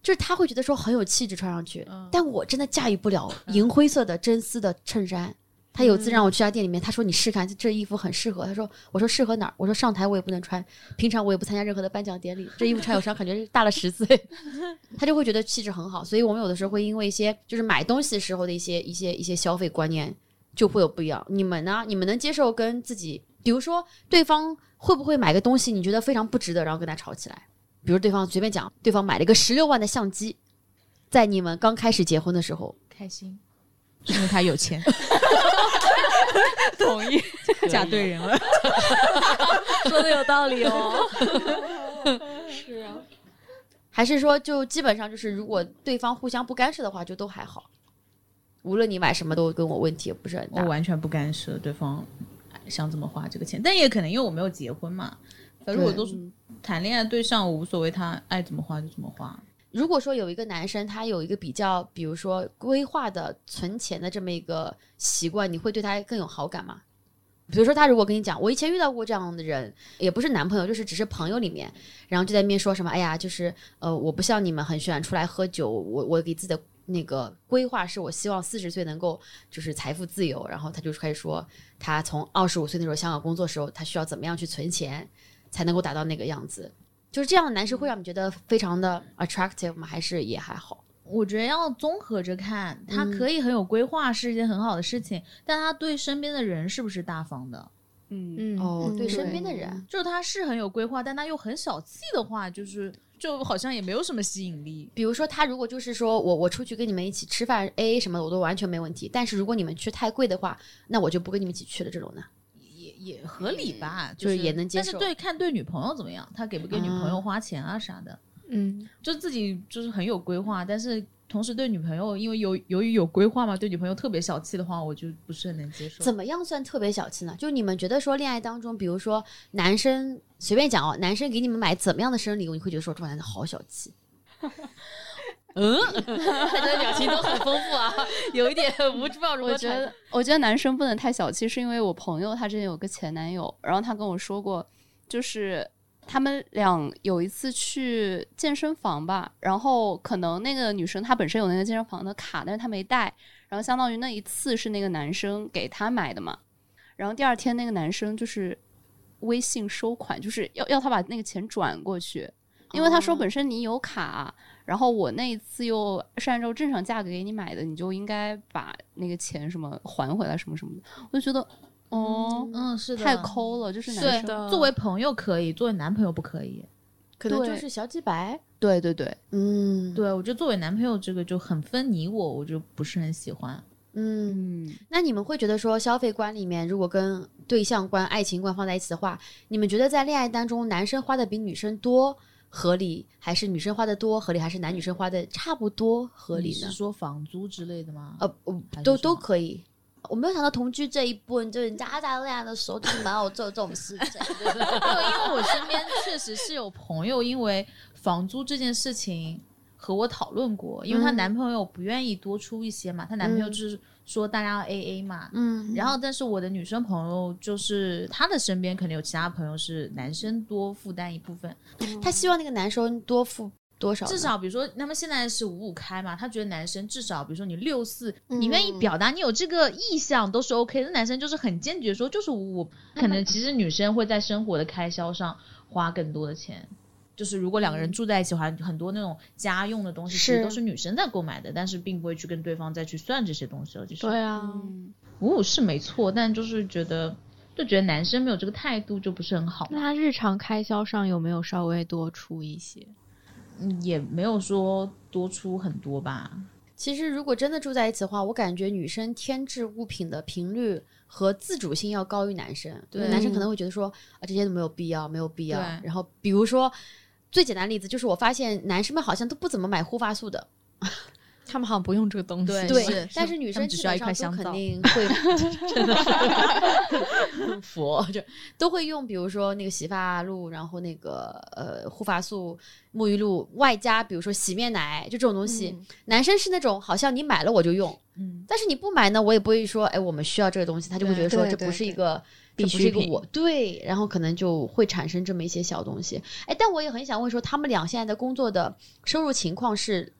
Speaker 1: 就是他会觉得说很有气质穿上去，
Speaker 3: 嗯
Speaker 1: 但我真的驾驭不了银灰色的真丝的衬衫。他有次让我去他店里面，他说你试看，这衣服很适合。他说，我说适合哪儿？我说上台我也不能穿，平常我也不参加任何的颁奖典礼，这衣服穿有伤，感觉是大了十岁。他就会觉得气质很好，所以我们有的时候会因为一些就是买东西时候的一些一些一些消费观念就会有不一样。你们呢？你们能接受跟自己，比如说对方会不会买个东西你觉得非常不值得，然后跟他吵起来？比如对方随便讲，对方买了一个十六万的相机，在你们刚开始结婚的时候，
Speaker 3: 开心，因为他有 钱，
Speaker 4: 同意。
Speaker 3: 嫁对人了。
Speaker 5: 说的有道理哦。
Speaker 1: 还是说就基本上就是如果对方互相不干涉的话，就都还好。无论你买什么都跟我问题也不是很
Speaker 3: 我
Speaker 1: 大。
Speaker 3: 完全不干涉对方想怎么花这个钱，但也可能因为我没有结婚嘛。反正我都是谈恋爱对象，我无所谓，他爱怎么花就怎么花。
Speaker 1: 如果说有一个男生他有一个比较，比如说规划的存钱的这么一个习惯，你会对他更有好感吗？比如说他如果跟你讲，我以前遇到过这样的人，也不是男朋友，就是只是朋友里面，然后就在那边说什么，哎呀，就是呃，我不像你们很喜欢出来喝酒，我我给自己的那个规划是我希望四十岁能够就是财富自由，然后他就开始说，他从二十五岁那时候香港工作时候，他需要怎么样去存钱，才能够达到那个样子。就是这样的男生会让你觉得非常的 attractive 吗？还是也还好？
Speaker 3: 我觉得要综合着看，他
Speaker 1: 嗯
Speaker 3: 可以很有规划，是一件很好的事情，但他对身边的人是不是大方的？
Speaker 4: 嗯，
Speaker 2: 嗯，
Speaker 1: 哦，对
Speaker 6: 嗯
Speaker 1: 身边的人，
Speaker 3: 就他是很有规划，但他又很小气的话，就是就好像也没有什么吸引力。
Speaker 1: 比如说，他如果就是说我我出去跟你们一起吃饭 A A 什么的，我都完全没问题。但是如果你们去太贵的话，那我就不跟你们一起去了。这种呢，
Speaker 3: 也也合理吧，
Speaker 1: 就是
Speaker 3: 是
Speaker 1: 也能接受
Speaker 3: 但是对看对女朋友怎么样，他给不给女朋友
Speaker 1: 啊
Speaker 3: 花钱啊啥的，
Speaker 2: 嗯，
Speaker 3: 就自己就是很有规划，但是同时对女朋友，因为由由于有规划嘛，对女朋友特别小气的话，我就不是很能接受。
Speaker 1: 怎么样算特别小气呢？就你们觉得说恋爱当中，比如说男生随便讲哦，男生给你们买怎么样的生日礼物，你会觉得说这种男的好小气？嗯
Speaker 5: 大家的表情都很丰富啊，有一点无知道如何
Speaker 4: 我觉得，我觉得男生不能太小气，是因为我朋友她之前有个前男友，然后她跟我说过，就是他们俩有一次去健身房吧，然后可能那个女生她本身有那个健身房的卡，但是她没带，然后相当于那一次是那个男生给她买的嘛，然后第二天那个男生就是微信收款，就是要要她把那个钱转过去，因为他说
Speaker 1: 哦
Speaker 4: 本身你有卡、然后我那一次又是按照正常价格给你买的，你就应该把那个钱什么还回来什么什么的，我就觉得哦，
Speaker 3: 嗯，是的，
Speaker 4: 太抠了，就是男
Speaker 3: 对
Speaker 4: 生，
Speaker 3: 作为朋友可以，作为男朋友不可以。
Speaker 1: 可能就
Speaker 4: 对
Speaker 6: 嗯
Speaker 1: 是小几百。
Speaker 4: 对对对，
Speaker 1: 嗯，，
Speaker 3: 对我觉得作为男朋友这个就很分你我，我就不是很喜欢。
Speaker 1: 嗯。
Speaker 4: 嗯，
Speaker 1: 那你们会觉得说，消费观里面如果跟对象观、爱情观放在一起的话，你们觉得在恋爱当中，男生花的比女生多合理，还是女生花的多合理，还是男女生花的差不多合
Speaker 3: 你
Speaker 1: 理呢
Speaker 3: 嗯是？说房租之类的吗？
Speaker 1: 呃，我
Speaker 3: 还是
Speaker 1: 都
Speaker 3: 什
Speaker 1: 都
Speaker 3: 么
Speaker 1: 可以。我没有想到同居这一部分，就是人家在恋爱的时候，就是蛮有做这种事情。
Speaker 3: 对，因为我身边确实是有朋友因为房租这件事情和我讨论过，因为她
Speaker 1: 嗯
Speaker 3: 男朋友不愿意多出一些嘛，她男朋友
Speaker 1: 嗯
Speaker 3: 就是说大家要 A A 嘛。
Speaker 1: 嗯
Speaker 3: 然后，但是我的女生朋友就是她的身边肯定有其他朋友是男生多负担一部分，
Speaker 1: 他希望那个男生多付多少呢？
Speaker 3: 至少比如说他们现在是五五开嘛，她觉得男生至少比如说你六四，你愿意表达你有这个意向都是 OK 的，男生就是很坚决说就是五五，可能其实女生会在生活的开销上花更多的钱。就是如果两个人住在一起的话，很多那种家用的东西其实
Speaker 6: 是
Speaker 3: 都是女生在购买的，但是并不会去跟对方再去算这些东西了。就是
Speaker 2: 对啊，
Speaker 3: 五五是没错，但就是觉得就觉得男生没有这个态度就不是很好嘛
Speaker 2: 那他日常开销上有没有稍微多出一些？
Speaker 3: 嗯也没有说多出很多吧。
Speaker 1: 其实，如果真的住在一起的话，我感觉女生添置物品的频率和自主性要高于男生。
Speaker 3: 对嗯
Speaker 1: 男生可能会觉得说啊，这些都没有必要，没有必要
Speaker 3: 对。
Speaker 1: 然后，比如说最简单的例子就是，我发现男生们好像都不怎么买护发素的，
Speaker 2: 他们好像不用这个东西，
Speaker 3: 对
Speaker 1: 对。
Speaker 3: 是
Speaker 1: 但
Speaker 3: 是
Speaker 1: 是女
Speaker 3: 他
Speaker 1: 生
Speaker 3: 们只
Speaker 1: 基
Speaker 3: 需要
Speaker 1: 本
Speaker 3: 一
Speaker 1: 上
Speaker 3: 块
Speaker 1: 都肯
Speaker 3: 香皂
Speaker 1: 定会，真的 是 佛这都会用，比如说那个洗发露，然后那个呃护发素、沐浴露，外加比如说洗面奶，就这种东西。男生是那种好像你买了我就用。
Speaker 3: 嗯，
Speaker 1: 但是你不买呢，我也不会说，哎，我们需要这个东西，他就会觉得说
Speaker 6: 对
Speaker 1: 这
Speaker 6: 对
Speaker 1: 不是一
Speaker 6: 对
Speaker 1: 个这
Speaker 2: 必
Speaker 1: 不
Speaker 2: 需
Speaker 1: 是一个
Speaker 2: 品
Speaker 1: 我对，然后可能就会产生这么一些小东西。哎，但我也很想问说，他们俩现在的工作的收入情况是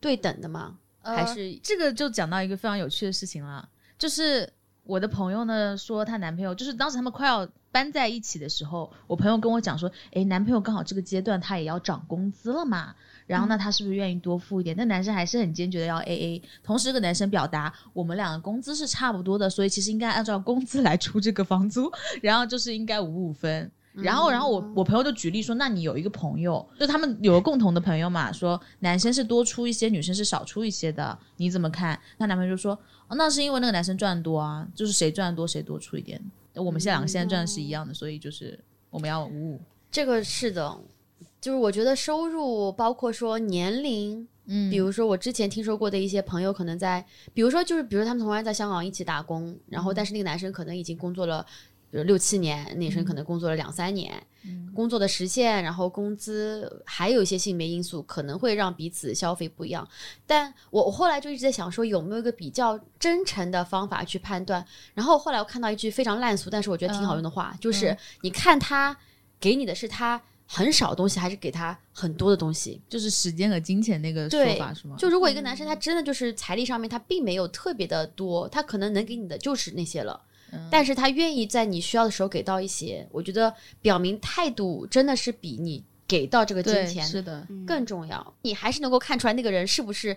Speaker 1: 对等的吗？还是
Speaker 3: 这个就讲到一个非常有趣的事情了，就是我的朋友呢说她男朋友，就是当时他们快要搬在一起的时候，我朋友跟我讲说，诶，男朋友刚好这个阶段他也要涨工资了嘛，然后
Speaker 1: 嗯
Speaker 3: 呢，他是不是愿意多付一点？那男生还是很坚决的要 A A，同时这个男生表达我们两个工资是差不多的，所以其实应该按照工资来出这个房租，然后就是应该五五分。然后，然后
Speaker 1: 嗯
Speaker 3: 我我朋友就举例说，那你有一个朋友，就他们有个共同的朋友嘛，说男生是多出一些，女生是少出一些的，你怎么看？她男朋友就说，哦，那是因为那个男生赚得多啊，就是谁赚得多谁多出一点。我们现在两个现在赚的是一样的，所以就是我们要五五。
Speaker 1: 这个是的，就是我觉得收入包括说年龄，
Speaker 3: 嗯
Speaker 1: 比如说我之前听说过的一些朋友，可能在，比如说就是，比如他们同样在香港一起打工，然后但是那个男生可能已经工作了，比如六七年，女生可能工作了两三年，工作的时限，然后工资，还有一些性别因素，可能会让彼此消费不一样。但我我后来就一直在想说，有没有一个比较真诚的方法去判断？然后后来我看到一句非常烂俗，但是我觉得挺好用的话，就是你看他给你的是他很少的东西，还是给他很多的东西？
Speaker 3: 就是时间和金钱那个说
Speaker 1: 对
Speaker 3: 法是吗？嗯
Speaker 1: 就如果一个男生他真的就是财力上面他并没有特别的多，他可能能给你的就是那些了，
Speaker 3: 嗯
Speaker 1: 但是他愿意在你需要的时候给到一些，我觉得表明态度真的是比你给到这个金
Speaker 3: 对，
Speaker 1: 钱
Speaker 3: 是的，嗯
Speaker 1: 更重要。你还是能够看出来那个人是不是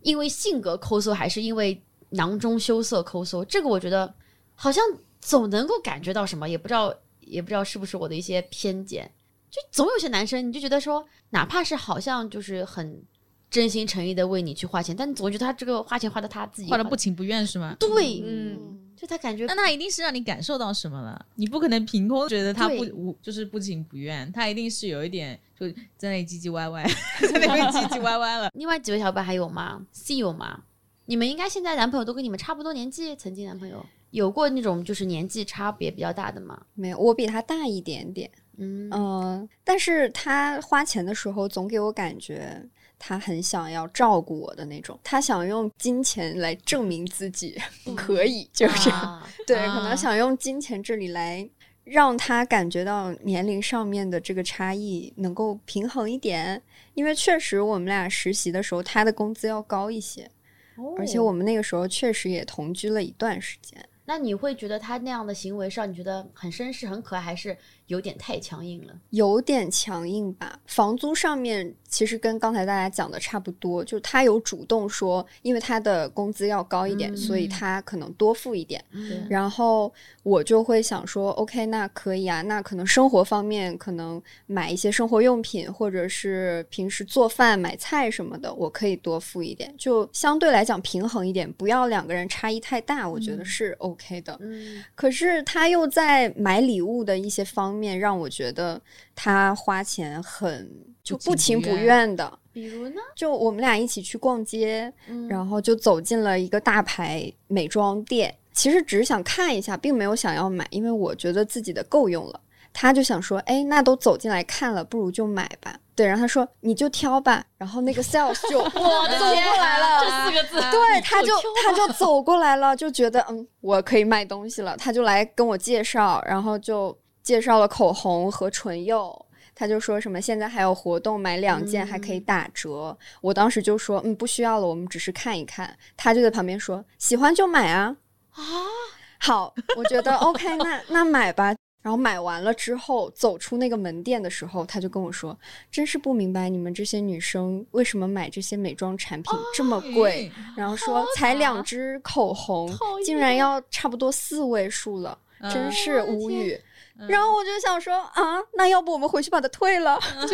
Speaker 1: 因为性格抠搜，还是因为囊中羞涩抠搜。这个我觉得好像总能够感觉到什么，也不知道也不知道是不是我的一些偏见。就总有些男生，你就觉得说，哪怕是好像就是很真心诚意的为你去花钱，但你总觉得他这个花钱花的他自己
Speaker 3: 画的不情不愿是吗？
Speaker 1: 对，
Speaker 6: 嗯，
Speaker 1: 就他感觉
Speaker 3: 那他一定是让你感受到什么了，你不可能凭空觉得他不
Speaker 1: 对
Speaker 3: 无就是不情不愿，他一定是有一点就在那里唧唧歪歪，在那边唧唧歪歪 了。
Speaker 1: 另外几位小伙伴还有吗？C 有吗？你们应该现在男朋友都跟你们差不多年纪，曾经男朋友有过那种就是年纪差别比较大的吗？
Speaker 6: 没有，我比他大一点点，
Speaker 1: 嗯，
Speaker 6: 嗯，但是他花钱的时候总给我感觉他很想要照顾我的那种，他想用金钱来证明自己可以，就是这样。
Speaker 1: 嗯啊
Speaker 6: 对，
Speaker 3: 啊
Speaker 6: 可能想用金钱这里来让他感觉到年龄上面的这个差异能够平衡一点，因为确实我们俩实习的时候他的工资要高一些，
Speaker 1: 哦
Speaker 6: 而且我们那个时候确实也同居了一段时间。
Speaker 1: 那你会觉得他那样的行为上，你觉得很绅士、很可爱，还是有点太强硬了？
Speaker 6: 有点强硬吧。房租上面其实跟刚才大家讲的差不多，就是他有主动说，因为他的工资要高一点，
Speaker 1: 嗯
Speaker 6: 所以他可能多付一点。
Speaker 1: 对
Speaker 6: 然后我就会想说，OK，那可以啊，那可能生活方面可能买一些生活用品，或者是平时做饭买菜什么的，我可以多付一点，就相对来讲平衡一点，不要两个人差异太大，我觉得是 OK 的。
Speaker 1: 嗯，
Speaker 6: 可是他又在买礼物的一些方面让我觉得他花钱很就不情不愿的。
Speaker 1: 比如呢？
Speaker 6: 就我们俩一起去逛街，
Speaker 1: 嗯
Speaker 6: 然后就走进了一个大牌美妆店，其实只是想看一下，并没有想要买，因为我觉得自己的够用了。他就想说，哎，那都走进来看了，不如就买吧。对，然后他说你就挑吧，然后那个 sales 就我
Speaker 3: 哦哎
Speaker 6: 走过来
Speaker 3: 啊
Speaker 6: 了，
Speaker 5: 四个字，
Speaker 6: 对，
Speaker 3: 嗯
Speaker 6: 他就他就走过来了，就觉得嗯，我可以卖东西了，他就来跟我介绍，然后就介绍了口红和唇釉。他就说什么现在还有活动，买两件还可以打折。我当时就说，嗯，不需要了，我们只是看一看。他就在旁边说，喜欢就买啊啊！ 好，我觉得 OK，那那买吧。然后买完了之后，走出那个门店的时候，他就跟我说，真是不明白你们这些女生为什么买这些美妆产品这么贵。
Speaker 3: 哦
Speaker 6: 然后说才两支口红，竟然要差不多四位数了，
Speaker 3: 嗯，
Speaker 6: 真是无语。
Speaker 3: 嗯
Speaker 6: 然后我就想说啊，那要不我们回去把它退了？就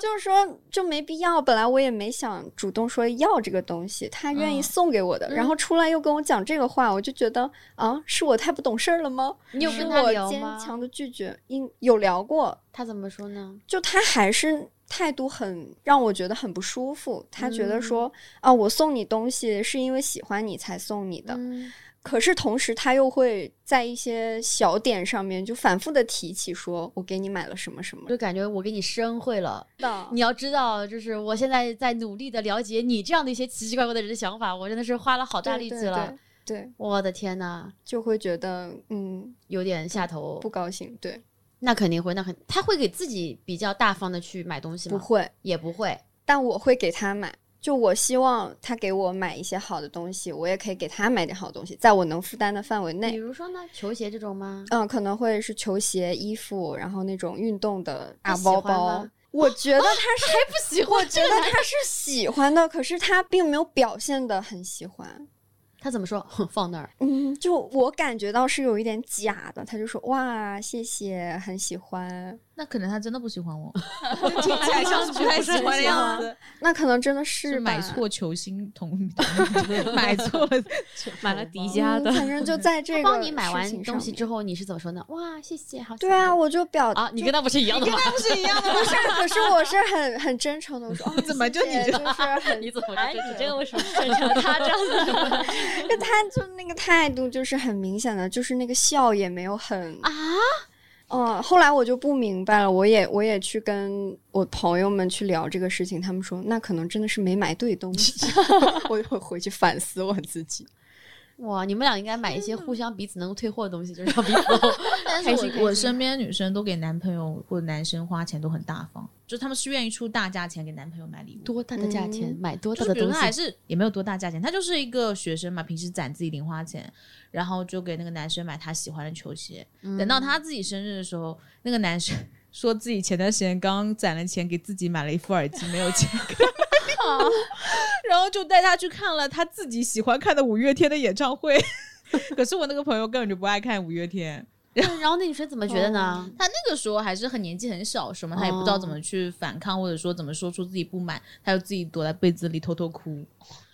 Speaker 6: 就是说就没必要。本来我也没想主动说要这个东西，他愿意
Speaker 3: 嗯
Speaker 6: 送给我的，然后出来又跟我讲这个话，我就觉得啊，是我太不懂事儿了吗？
Speaker 1: 你有
Speaker 6: 是
Speaker 1: 跟他
Speaker 6: 我
Speaker 1: 聊
Speaker 6: 坚
Speaker 1: 吗？
Speaker 6: 强的拒绝，因有聊过，
Speaker 1: 他怎么说呢？
Speaker 6: 就他还是态度很让我觉得很不舒服。他觉
Speaker 1: 嗯
Speaker 6: 得说、啊，我送你东西是因为喜欢你才送你的，
Speaker 1: 嗯，
Speaker 6: 可是同时他又会在一些小点上面就反复的提起说，我给你买了什么什么
Speaker 1: 就感觉我给你施恩惠了。
Speaker 6: 的。
Speaker 1: 你要知道，就是我现在在努力的了解你这样的一些奇奇怪怪的人的想法，我真的是花了好大力气了。
Speaker 6: 对，对对，
Speaker 1: 我的天呐，
Speaker 6: 就会觉得嗯
Speaker 1: 有点下头
Speaker 6: 不。高兴。对，
Speaker 1: 那肯定会，那肯他会给自己比较大方的去买东西
Speaker 6: 不
Speaker 1: 吗？
Speaker 6: 会，
Speaker 1: 也不会。
Speaker 6: 但我会给他买。就我希望他给我买一些好的东西，我也可以给他买点好东西，在我能负担的范围内
Speaker 1: 比。如说呢，球鞋这种吗？
Speaker 6: 嗯，可能会是球鞋、衣服，然后那种运动的
Speaker 1: 他
Speaker 6: 大
Speaker 1: 喜
Speaker 6: 包
Speaker 1: 欢
Speaker 6: 包
Speaker 1: 吗。哦
Speaker 6: 我觉得他是，
Speaker 5: 不喜欢
Speaker 6: 我觉得他是喜欢的，可是他并没有表现的很喜欢。
Speaker 1: 他怎么说？ 哼放那儿。
Speaker 6: 嗯，就我感觉到是有一点假的，他就说哇，谢谢，很喜欢。
Speaker 3: 那可能他真的不喜欢我， 听起来像是不太喜欢的样 子，
Speaker 6: 那可能真的
Speaker 3: 是
Speaker 6: 是
Speaker 3: 买
Speaker 6: 吧
Speaker 3: 错球星同，买错 了球
Speaker 5: 买了迪
Speaker 6: 嗯
Speaker 5: 迦的，
Speaker 6: 反正 就在这
Speaker 1: 他
Speaker 6: 个
Speaker 1: 帮你买
Speaker 6: 事情
Speaker 1: 完东
Speaker 6: 上
Speaker 1: 西
Speaker 6: 面
Speaker 1: 之后，你是怎么说呢？哇，谢谢，好喜
Speaker 6: 对啊，
Speaker 1: 欢
Speaker 6: 我就表
Speaker 5: 啊，你跟他不是一样的吗？
Speaker 3: 不是一样的
Speaker 6: 不是，可是我是很很真诚的，我说哦，
Speaker 3: 怎么
Speaker 6: 谢
Speaker 3: 就你
Speaker 6: 谢
Speaker 3: 这
Speaker 6: 就是很
Speaker 5: 你怎么
Speaker 6: 哎
Speaker 5: 这
Speaker 6: 你
Speaker 5: 这这个为什么是正常？他这样子
Speaker 6: 就他就那个态度就是很明显的，就是那个笑也没有很
Speaker 1: 啊，
Speaker 6: 嗯。后来我就不明白了，我也我也去跟我朋友们去聊这个事情，他们说那可能真的是没买对东西， 我我回去反思我自己。
Speaker 1: 哇，你们俩应该买一些互相彼此能够退货的东西，就是让彼此 都
Speaker 3: 但是我我身边的女生都给男朋友或男生花钱都很大方，就他们是愿意出大价钱给男朋友买礼物。
Speaker 1: 多大的价钱
Speaker 6: 嗯
Speaker 1: 买多
Speaker 3: 就
Speaker 1: 大
Speaker 3: 是
Speaker 1: 的
Speaker 3: 比如
Speaker 1: 东
Speaker 3: 他还
Speaker 1: 西。
Speaker 3: 是也没有多大价钱，他就是一个学生嘛，平时攒自己零花钱，然后就给那个男生买他喜欢的球鞋。等到他自己生日的时候，那个男生 说自己前段时间刚攒了钱给自己买了一副耳机，没有 钱给他买礼物然后就带他去看了他 自己喜欢看的五月天的演唱会。可是我那个朋友根本就不爱看五月天，
Speaker 1: 对 然后那女生怎么觉得呢？
Speaker 3: 他那个时候还是很年纪很小，什么他也不知道怎么去反抗，或者说怎么说出自己不满，他就自己躲在被子里偷偷哭。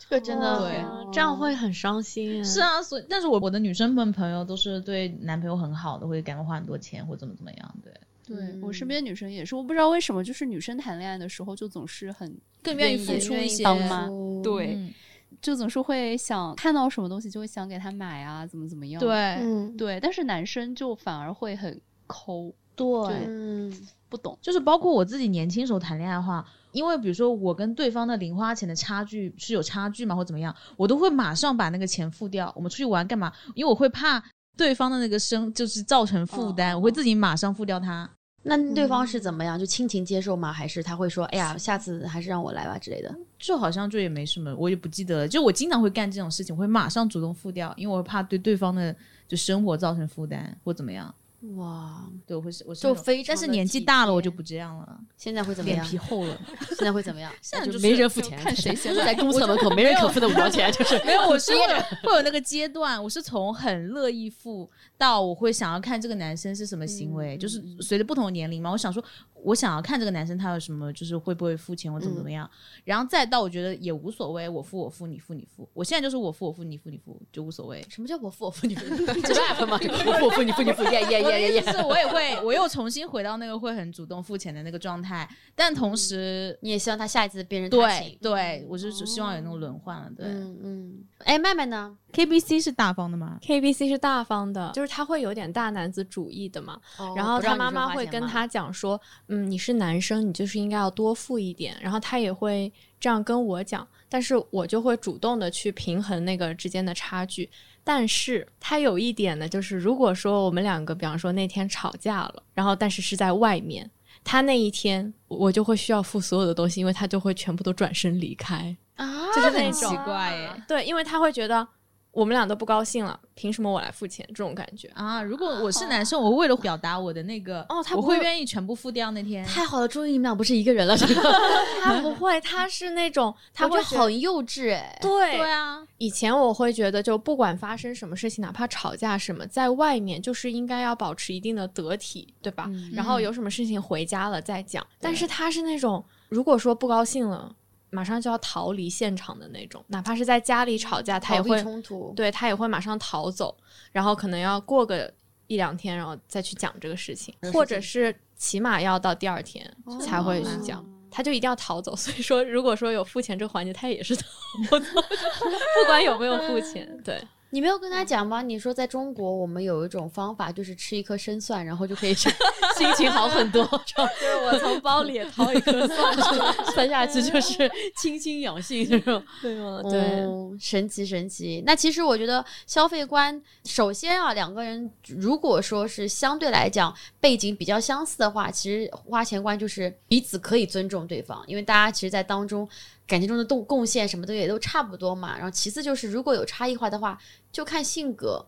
Speaker 4: 这个真的
Speaker 3: 对
Speaker 2: 这样会很伤心。
Speaker 3: 是，啊，所以但是我我的女生们朋友都是对男朋友很好的，会给他们花很多钱或怎么怎么样，对，
Speaker 4: 对我
Speaker 1: 嗯
Speaker 4: 身边女生也是，我不知道为什么，就是女生谈恋爱的时候就总是很
Speaker 3: 更
Speaker 4: 愿
Speaker 3: 愿
Speaker 4: 意
Speaker 3: 意
Speaker 4: 付
Speaker 3: 付
Speaker 4: 出
Speaker 3: 出
Speaker 4: 一
Speaker 3: 一
Speaker 4: 些
Speaker 3: 些。
Speaker 4: 当妈对，
Speaker 3: 嗯
Speaker 4: 就总是会想看到什么东西就会想给他买啊，怎么怎么样。
Speaker 3: 对，
Speaker 6: 嗯，
Speaker 4: 对，但是男生就反而会很抠，
Speaker 3: 对
Speaker 6: 嗯，
Speaker 4: 不懂。
Speaker 3: 就是包括我自己年轻时候谈恋爱的话，因为比如说我跟对方的零花钱的差距是有差距嘛，或怎么样，我都会马上把那个钱付掉。我们出去玩干嘛？因为我会怕对方的那个生就是造成负担，
Speaker 1: 哦
Speaker 3: 我会自己马上付掉它。
Speaker 1: 那对方是怎么样？就倾情接受吗？还嗯是他会说，哎呀，下次还是让我来吧之类的？
Speaker 3: 就好像就也没什么，我也不记得了。就我经常会干这种事情，我会马上主动付掉，因为我会怕对对方的就生活造成负担或怎么样。
Speaker 1: 哇，
Speaker 3: 对，我会是我是
Speaker 1: 就
Speaker 3: 那种
Speaker 1: 非常
Speaker 3: 但是
Speaker 1: 地
Speaker 3: 年纪
Speaker 1: 体
Speaker 3: 大了，我
Speaker 1: 贴
Speaker 3: 就不这样了，
Speaker 1: 现在会怎么
Speaker 3: 脸
Speaker 1: 样？
Speaker 3: 皮厚了。
Speaker 1: 现在会怎么样？啊
Speaker 3: 现在
Speaker 5: 就
Speaker 3: 就是
Speaker 5: 没人付钱，
Speaker 4: 看谁 先
Speaker 5: 在公厕门口没人可付的五毛钱，就是
Speaker 3: 没有，我是会有会有那个阶段，我是从很乐意付到我会想要看这个男生是什么行
Speaker 5: 嗯
Speaker 3: 为，就是随着不同的年龄嘛，我想说，我想要看这个男生他有什么，就是会不会付钱或怎么
Speaker 5: 嗯
Speaker 3: 怎么样，然后再到我觉得也无所谓，我付我付你付你付，我现在就是我付我付你付你付就无所谓。
Speaker 1: 什么叫我付我付 你付？
Speaker 5: 这 rap 吗？我付你付你付，耶耶
Speaker 3: 我的
Speaker 5: 耶耶
Speaker 3: 意
Speaker 5: 耶！
Speaker 3: 思是，我也会， 我又重新回到那个会很主动付钱的那个状态，但
Speaker 5: 嗯
Speaker 3: 同时，
Speaker 1: 你也希望他下一次变成他
Speaker 3: 对
Speaker 1: 请
Speaker 3: 对，我是希望有那种轮换了。对、
Speaker 1: 嗯嗯。哎，麦麦呢？
Speaker 3: k b c 是大方的吗？
Speaker 2: KBC 是大方的，就是他会有点大男子主义的嘛。
Speaker 1: 哦
Speaker 3: 哦
Speaker 2: 然后他妈妈会跟他讲说，嗯，你是男生，你就是应该要多付一点。然后他也会这样跟我讲，但是我就会主动的去平衡那个之间的差距。但是他有一点呢，就是如果说我们两个，比方说那天吵架了，然后但是是在外面，他那一天我就会需要付所有的东西，因为他就会全部都转身离开。
Speaker 1: 啊，
Speaker 3: 就是很奇怪耶。
Speaker 2: 对，因为他会觉得我们俩都不高兴了，凭什么我来付钱？这种感觉。
Speaker 3: 啊，如果我是男生，我为了表达我的那个，
Speaker 2: 哦他
Speaker 3: 我
Speaker 2: 不
Speaker 3: 会
Speaker 2: 会
Speaker 3: 愿意全部付掉那天。
Speaker 1: 太好了，终于你们俩不是一个人了。这个
Speaker 2: 他不会，他是那种他
Speaker 1: 我觉
Speaker 2: 会
Speaker 1: 得
Speaker 2: 觉得
Speaker 1: 很幼稚哎。
Speaker 2: 对
Speaker 3: 对啊，
Speaker 2: 以前我会觉得，就不管发生什么事情，哪怕吵架什么，在外面就是应该要保持一定的得体，对吧？
Speaker 4: 嗯
Speaker 2: 然后有什么事情回家了再讲。但是他是那种，如果说不高兴了，马上就要逃离现场的那种，哪怕是在家里吵架，他也
Speaker 1: 逃避
Speaker 2: 会，
Speaker 1: 冲突，
Speaker 2: 对他也会马上逃走，然后可能要过个一两天，然后再去讲这个哦事情，或者是起码要到第二天才会去讲。他就一定要逃走， 所以说，如果说有付钱这个环节，他也是逃走， 不管有没有付钱，对，
Speaker 1: 你没有跟他讲吗？你说在中国，我们有一种方法，就是吃一颗生蒜，然后就可以 心情好很多。
Speaker 2: 就是我从包里掏一颗 蒜，
Speaker 5: 再下去就是清心养性这种。
Speaker 2: 对吗？哦对，
Speaker 1: 对，神奇神奇。那其实我觉得消费观，首先啊，两个人如果说是相对来讲背景比较相似的话，其实花钱观就是彼此可以尊重对方，因为大家其实，在当中感情中的贡贡献什么的也都差不多嘛。然后其次就是，如果有差异化的话，就看性格。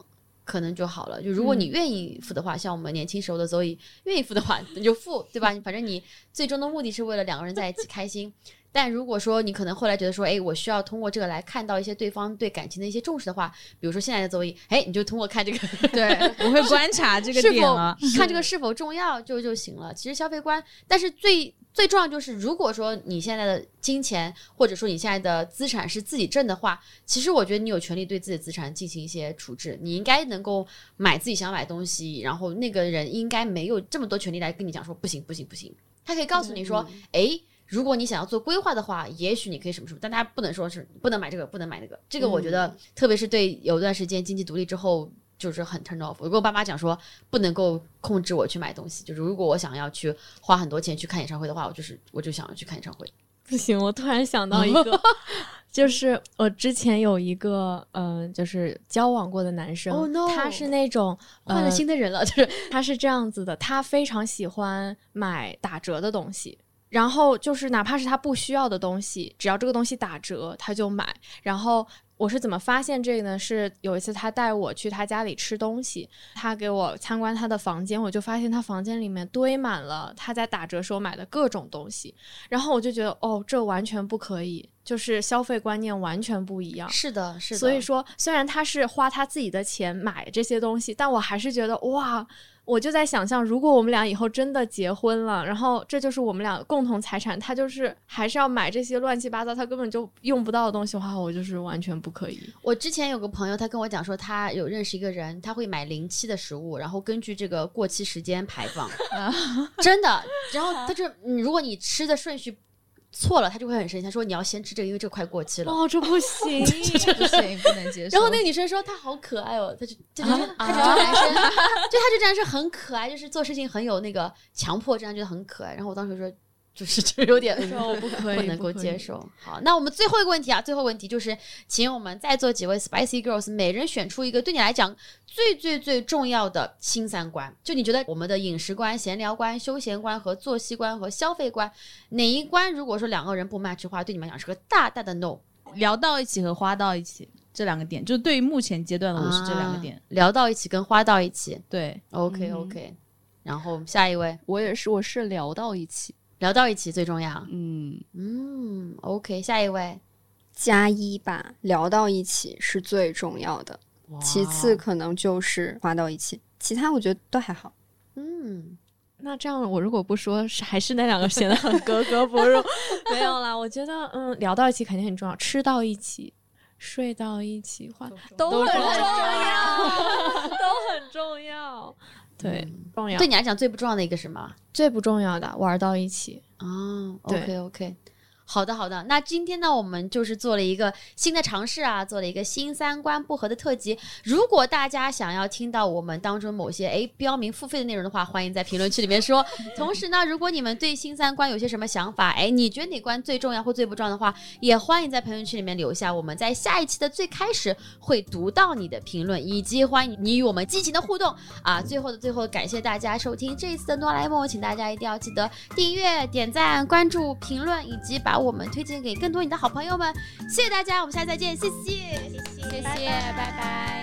Speaker 1: 可能就好了。就如果你愿意付的话，像我们年轻时候的 Zoe 愿意付的话，你就付，对吧？反正你最终的目的是为了两个人在一起开心。但如果说你可能后来觉得说，哎，我需要通过这个来看到一些对方对感情的一些重视的话，比如说现在的综艺，哎，你就通过看这个
Speaker 3: 对，我会观察这个
Speaker 1: 是
Speaker 3: 点啊
Speaker 1: 否
Speaker 3: 了。
Speaker 1: 看这个是否重要就就行了。其实消费观，但是最最重要就是，如果说你现在的金钱或者说你现在的资产是自己挣的话，其实我觉得你有权利对自己的资产进行一些处置，你应该能够买自己想买东西，然后那个人应该没有这么多权利来跟你讲说不行不行不行，他可以告诉你说，哎、如果你想要做规划的话，也许你可以什么什么，但他不能说是不能买这个，不能买那个。这个我觉得，特别是对有段时间经济独立之后，就是很 turn off。我跟我爸妈讲说，不能够控制我去买东西。就是如果我想要去花很多钱去看演唱会的话，我就是我就想要去看演唱会。
Speaker 2: 不行，我突然想到一 个，就是我之前有一个，嗯、就是交往过的男生
Speaker 1: Oh no
Speaker 2: 他是那种
Speaker 1: 换了
Speaker 2: 呃
Speaker 1: 新的人了，就是
Speaker 2: 他是这样子的，他非常喜欢买打折的东西，然后就是哪怕是他不需要的东西，只要这个东西打折，他就买。然后我是怎么发现这个呢？是有一次他带我去他家里吃东西，他给我参观他的房间，我就发现他房间里面堆满了他在打折时候买的各种东西，然后我就觉得哦，这完全不可以。就是消费观念完全不一样。
Speaker 1: 是的，是的。
Speaker 2: 所以说，虽然他是花他自己的钱买这些东西，但我还是觉得哇，我就在想象，如果我们俩以后真的结婚了，然后这就是我们俩共同财产，他就是还是要买这些乱七八糟他根本就用不到的东西的话，我就是完全不可以。
Speaker 1: 我之前有个朋友，他跟我讲说，他有认识一个人，他会买临期的食物，然后根据这个过期时间排放，真的。然后他就，嗯如果你吃的顺序错了，他就会很生气，他说你要先吃这个，因为这个快过期了。
Speaker 2: 哦，这不行。
Speaker 3: 哎不行，不能接受。
Speaker 5: 然后那个女生说她好可爱哦，她就她就觉得
Speaker 1: 他就这个男生，就他就这男生很可爱，就是做事情很有那个强迫症，觉得很可爱。然后我当时说，就是就有点
Speaker 2: 我不可以，
Speaker 1: 不能够
Speaker 2: 可
Speaker 1: 接
Speaker 2: 以。
Speaker 1: 受。好，那我们最后一个问题啊，最后一个问题就是，请我们在座几位 Spicy Girls 每人选出一个对你来讲最最最重要的新三观。就你觉得我们的饮食观、闲聊观、休闲观和作息观和消费观哪一关，如果说两个人不 match 的话，对你们来讲是个大大的 no。
Speaker 3: 聊到一起和花到一起这两个点，就对于目前阶
Speaker 2: 嗯
Speaker 3: 段的我是这两个点
Speaker 1: 啊。聊到一起跟花到一起
Speaker 3: 对，
Speaker 1: ，OK
Speaker 2: 嗯
Speaker 1: OK、然后下一位
Speaker 4: 我也是，我是聊到一起，
Speaker 1: 聊到一起最重要。
Speaker 4: 嗯，
Speaker 1: 嗯，OK，下一位。
Speaker 6: 加一吧，聊到一起是最重要的，其次可能就是花到一起，其他我觉得都还好。
Speaker 1: 嗯，
Speaker 2: 那这样，我如果不说，是还是那两个显得很格格不 入。没有啦，我觉得，嗯，聊到一起肯定很重要，吃到一起，睡到一起，话都很重要，都很重要。对，重要
Speaker 1: 嗯对。你来讲最不重要的一个是什么？
Speaker 2: 最不重要的，玩到一起。
Speaker 1: 哦
Speaker 2: 对
Speaker 1: ，OK OK，好的好的。那今天呢，我们就是做了一个新的尝试啊，做了一个新三观不合的特辑。如果大家想要听到我们当中某些诶标明付费的内容的话，欢迎在评论区里面说。同时呢，如果你们对新三观有些什么想法，诶，你觉得哪关最重要或最不重要的话，也欢迎在评论区里面留下。我们在下一期的最开始会读到你的评论，以及欢迎你与我们激情的互动啊。最后的最后，感谢大家收听这一次的哆啦 A 梦，请大家一定要记得订阅、点赞、关注、评论，以及把我们推荐给更多你的好朋友们。谢谢大家，我们下次再见，谢谢，谢谢，谢谢，拜拜。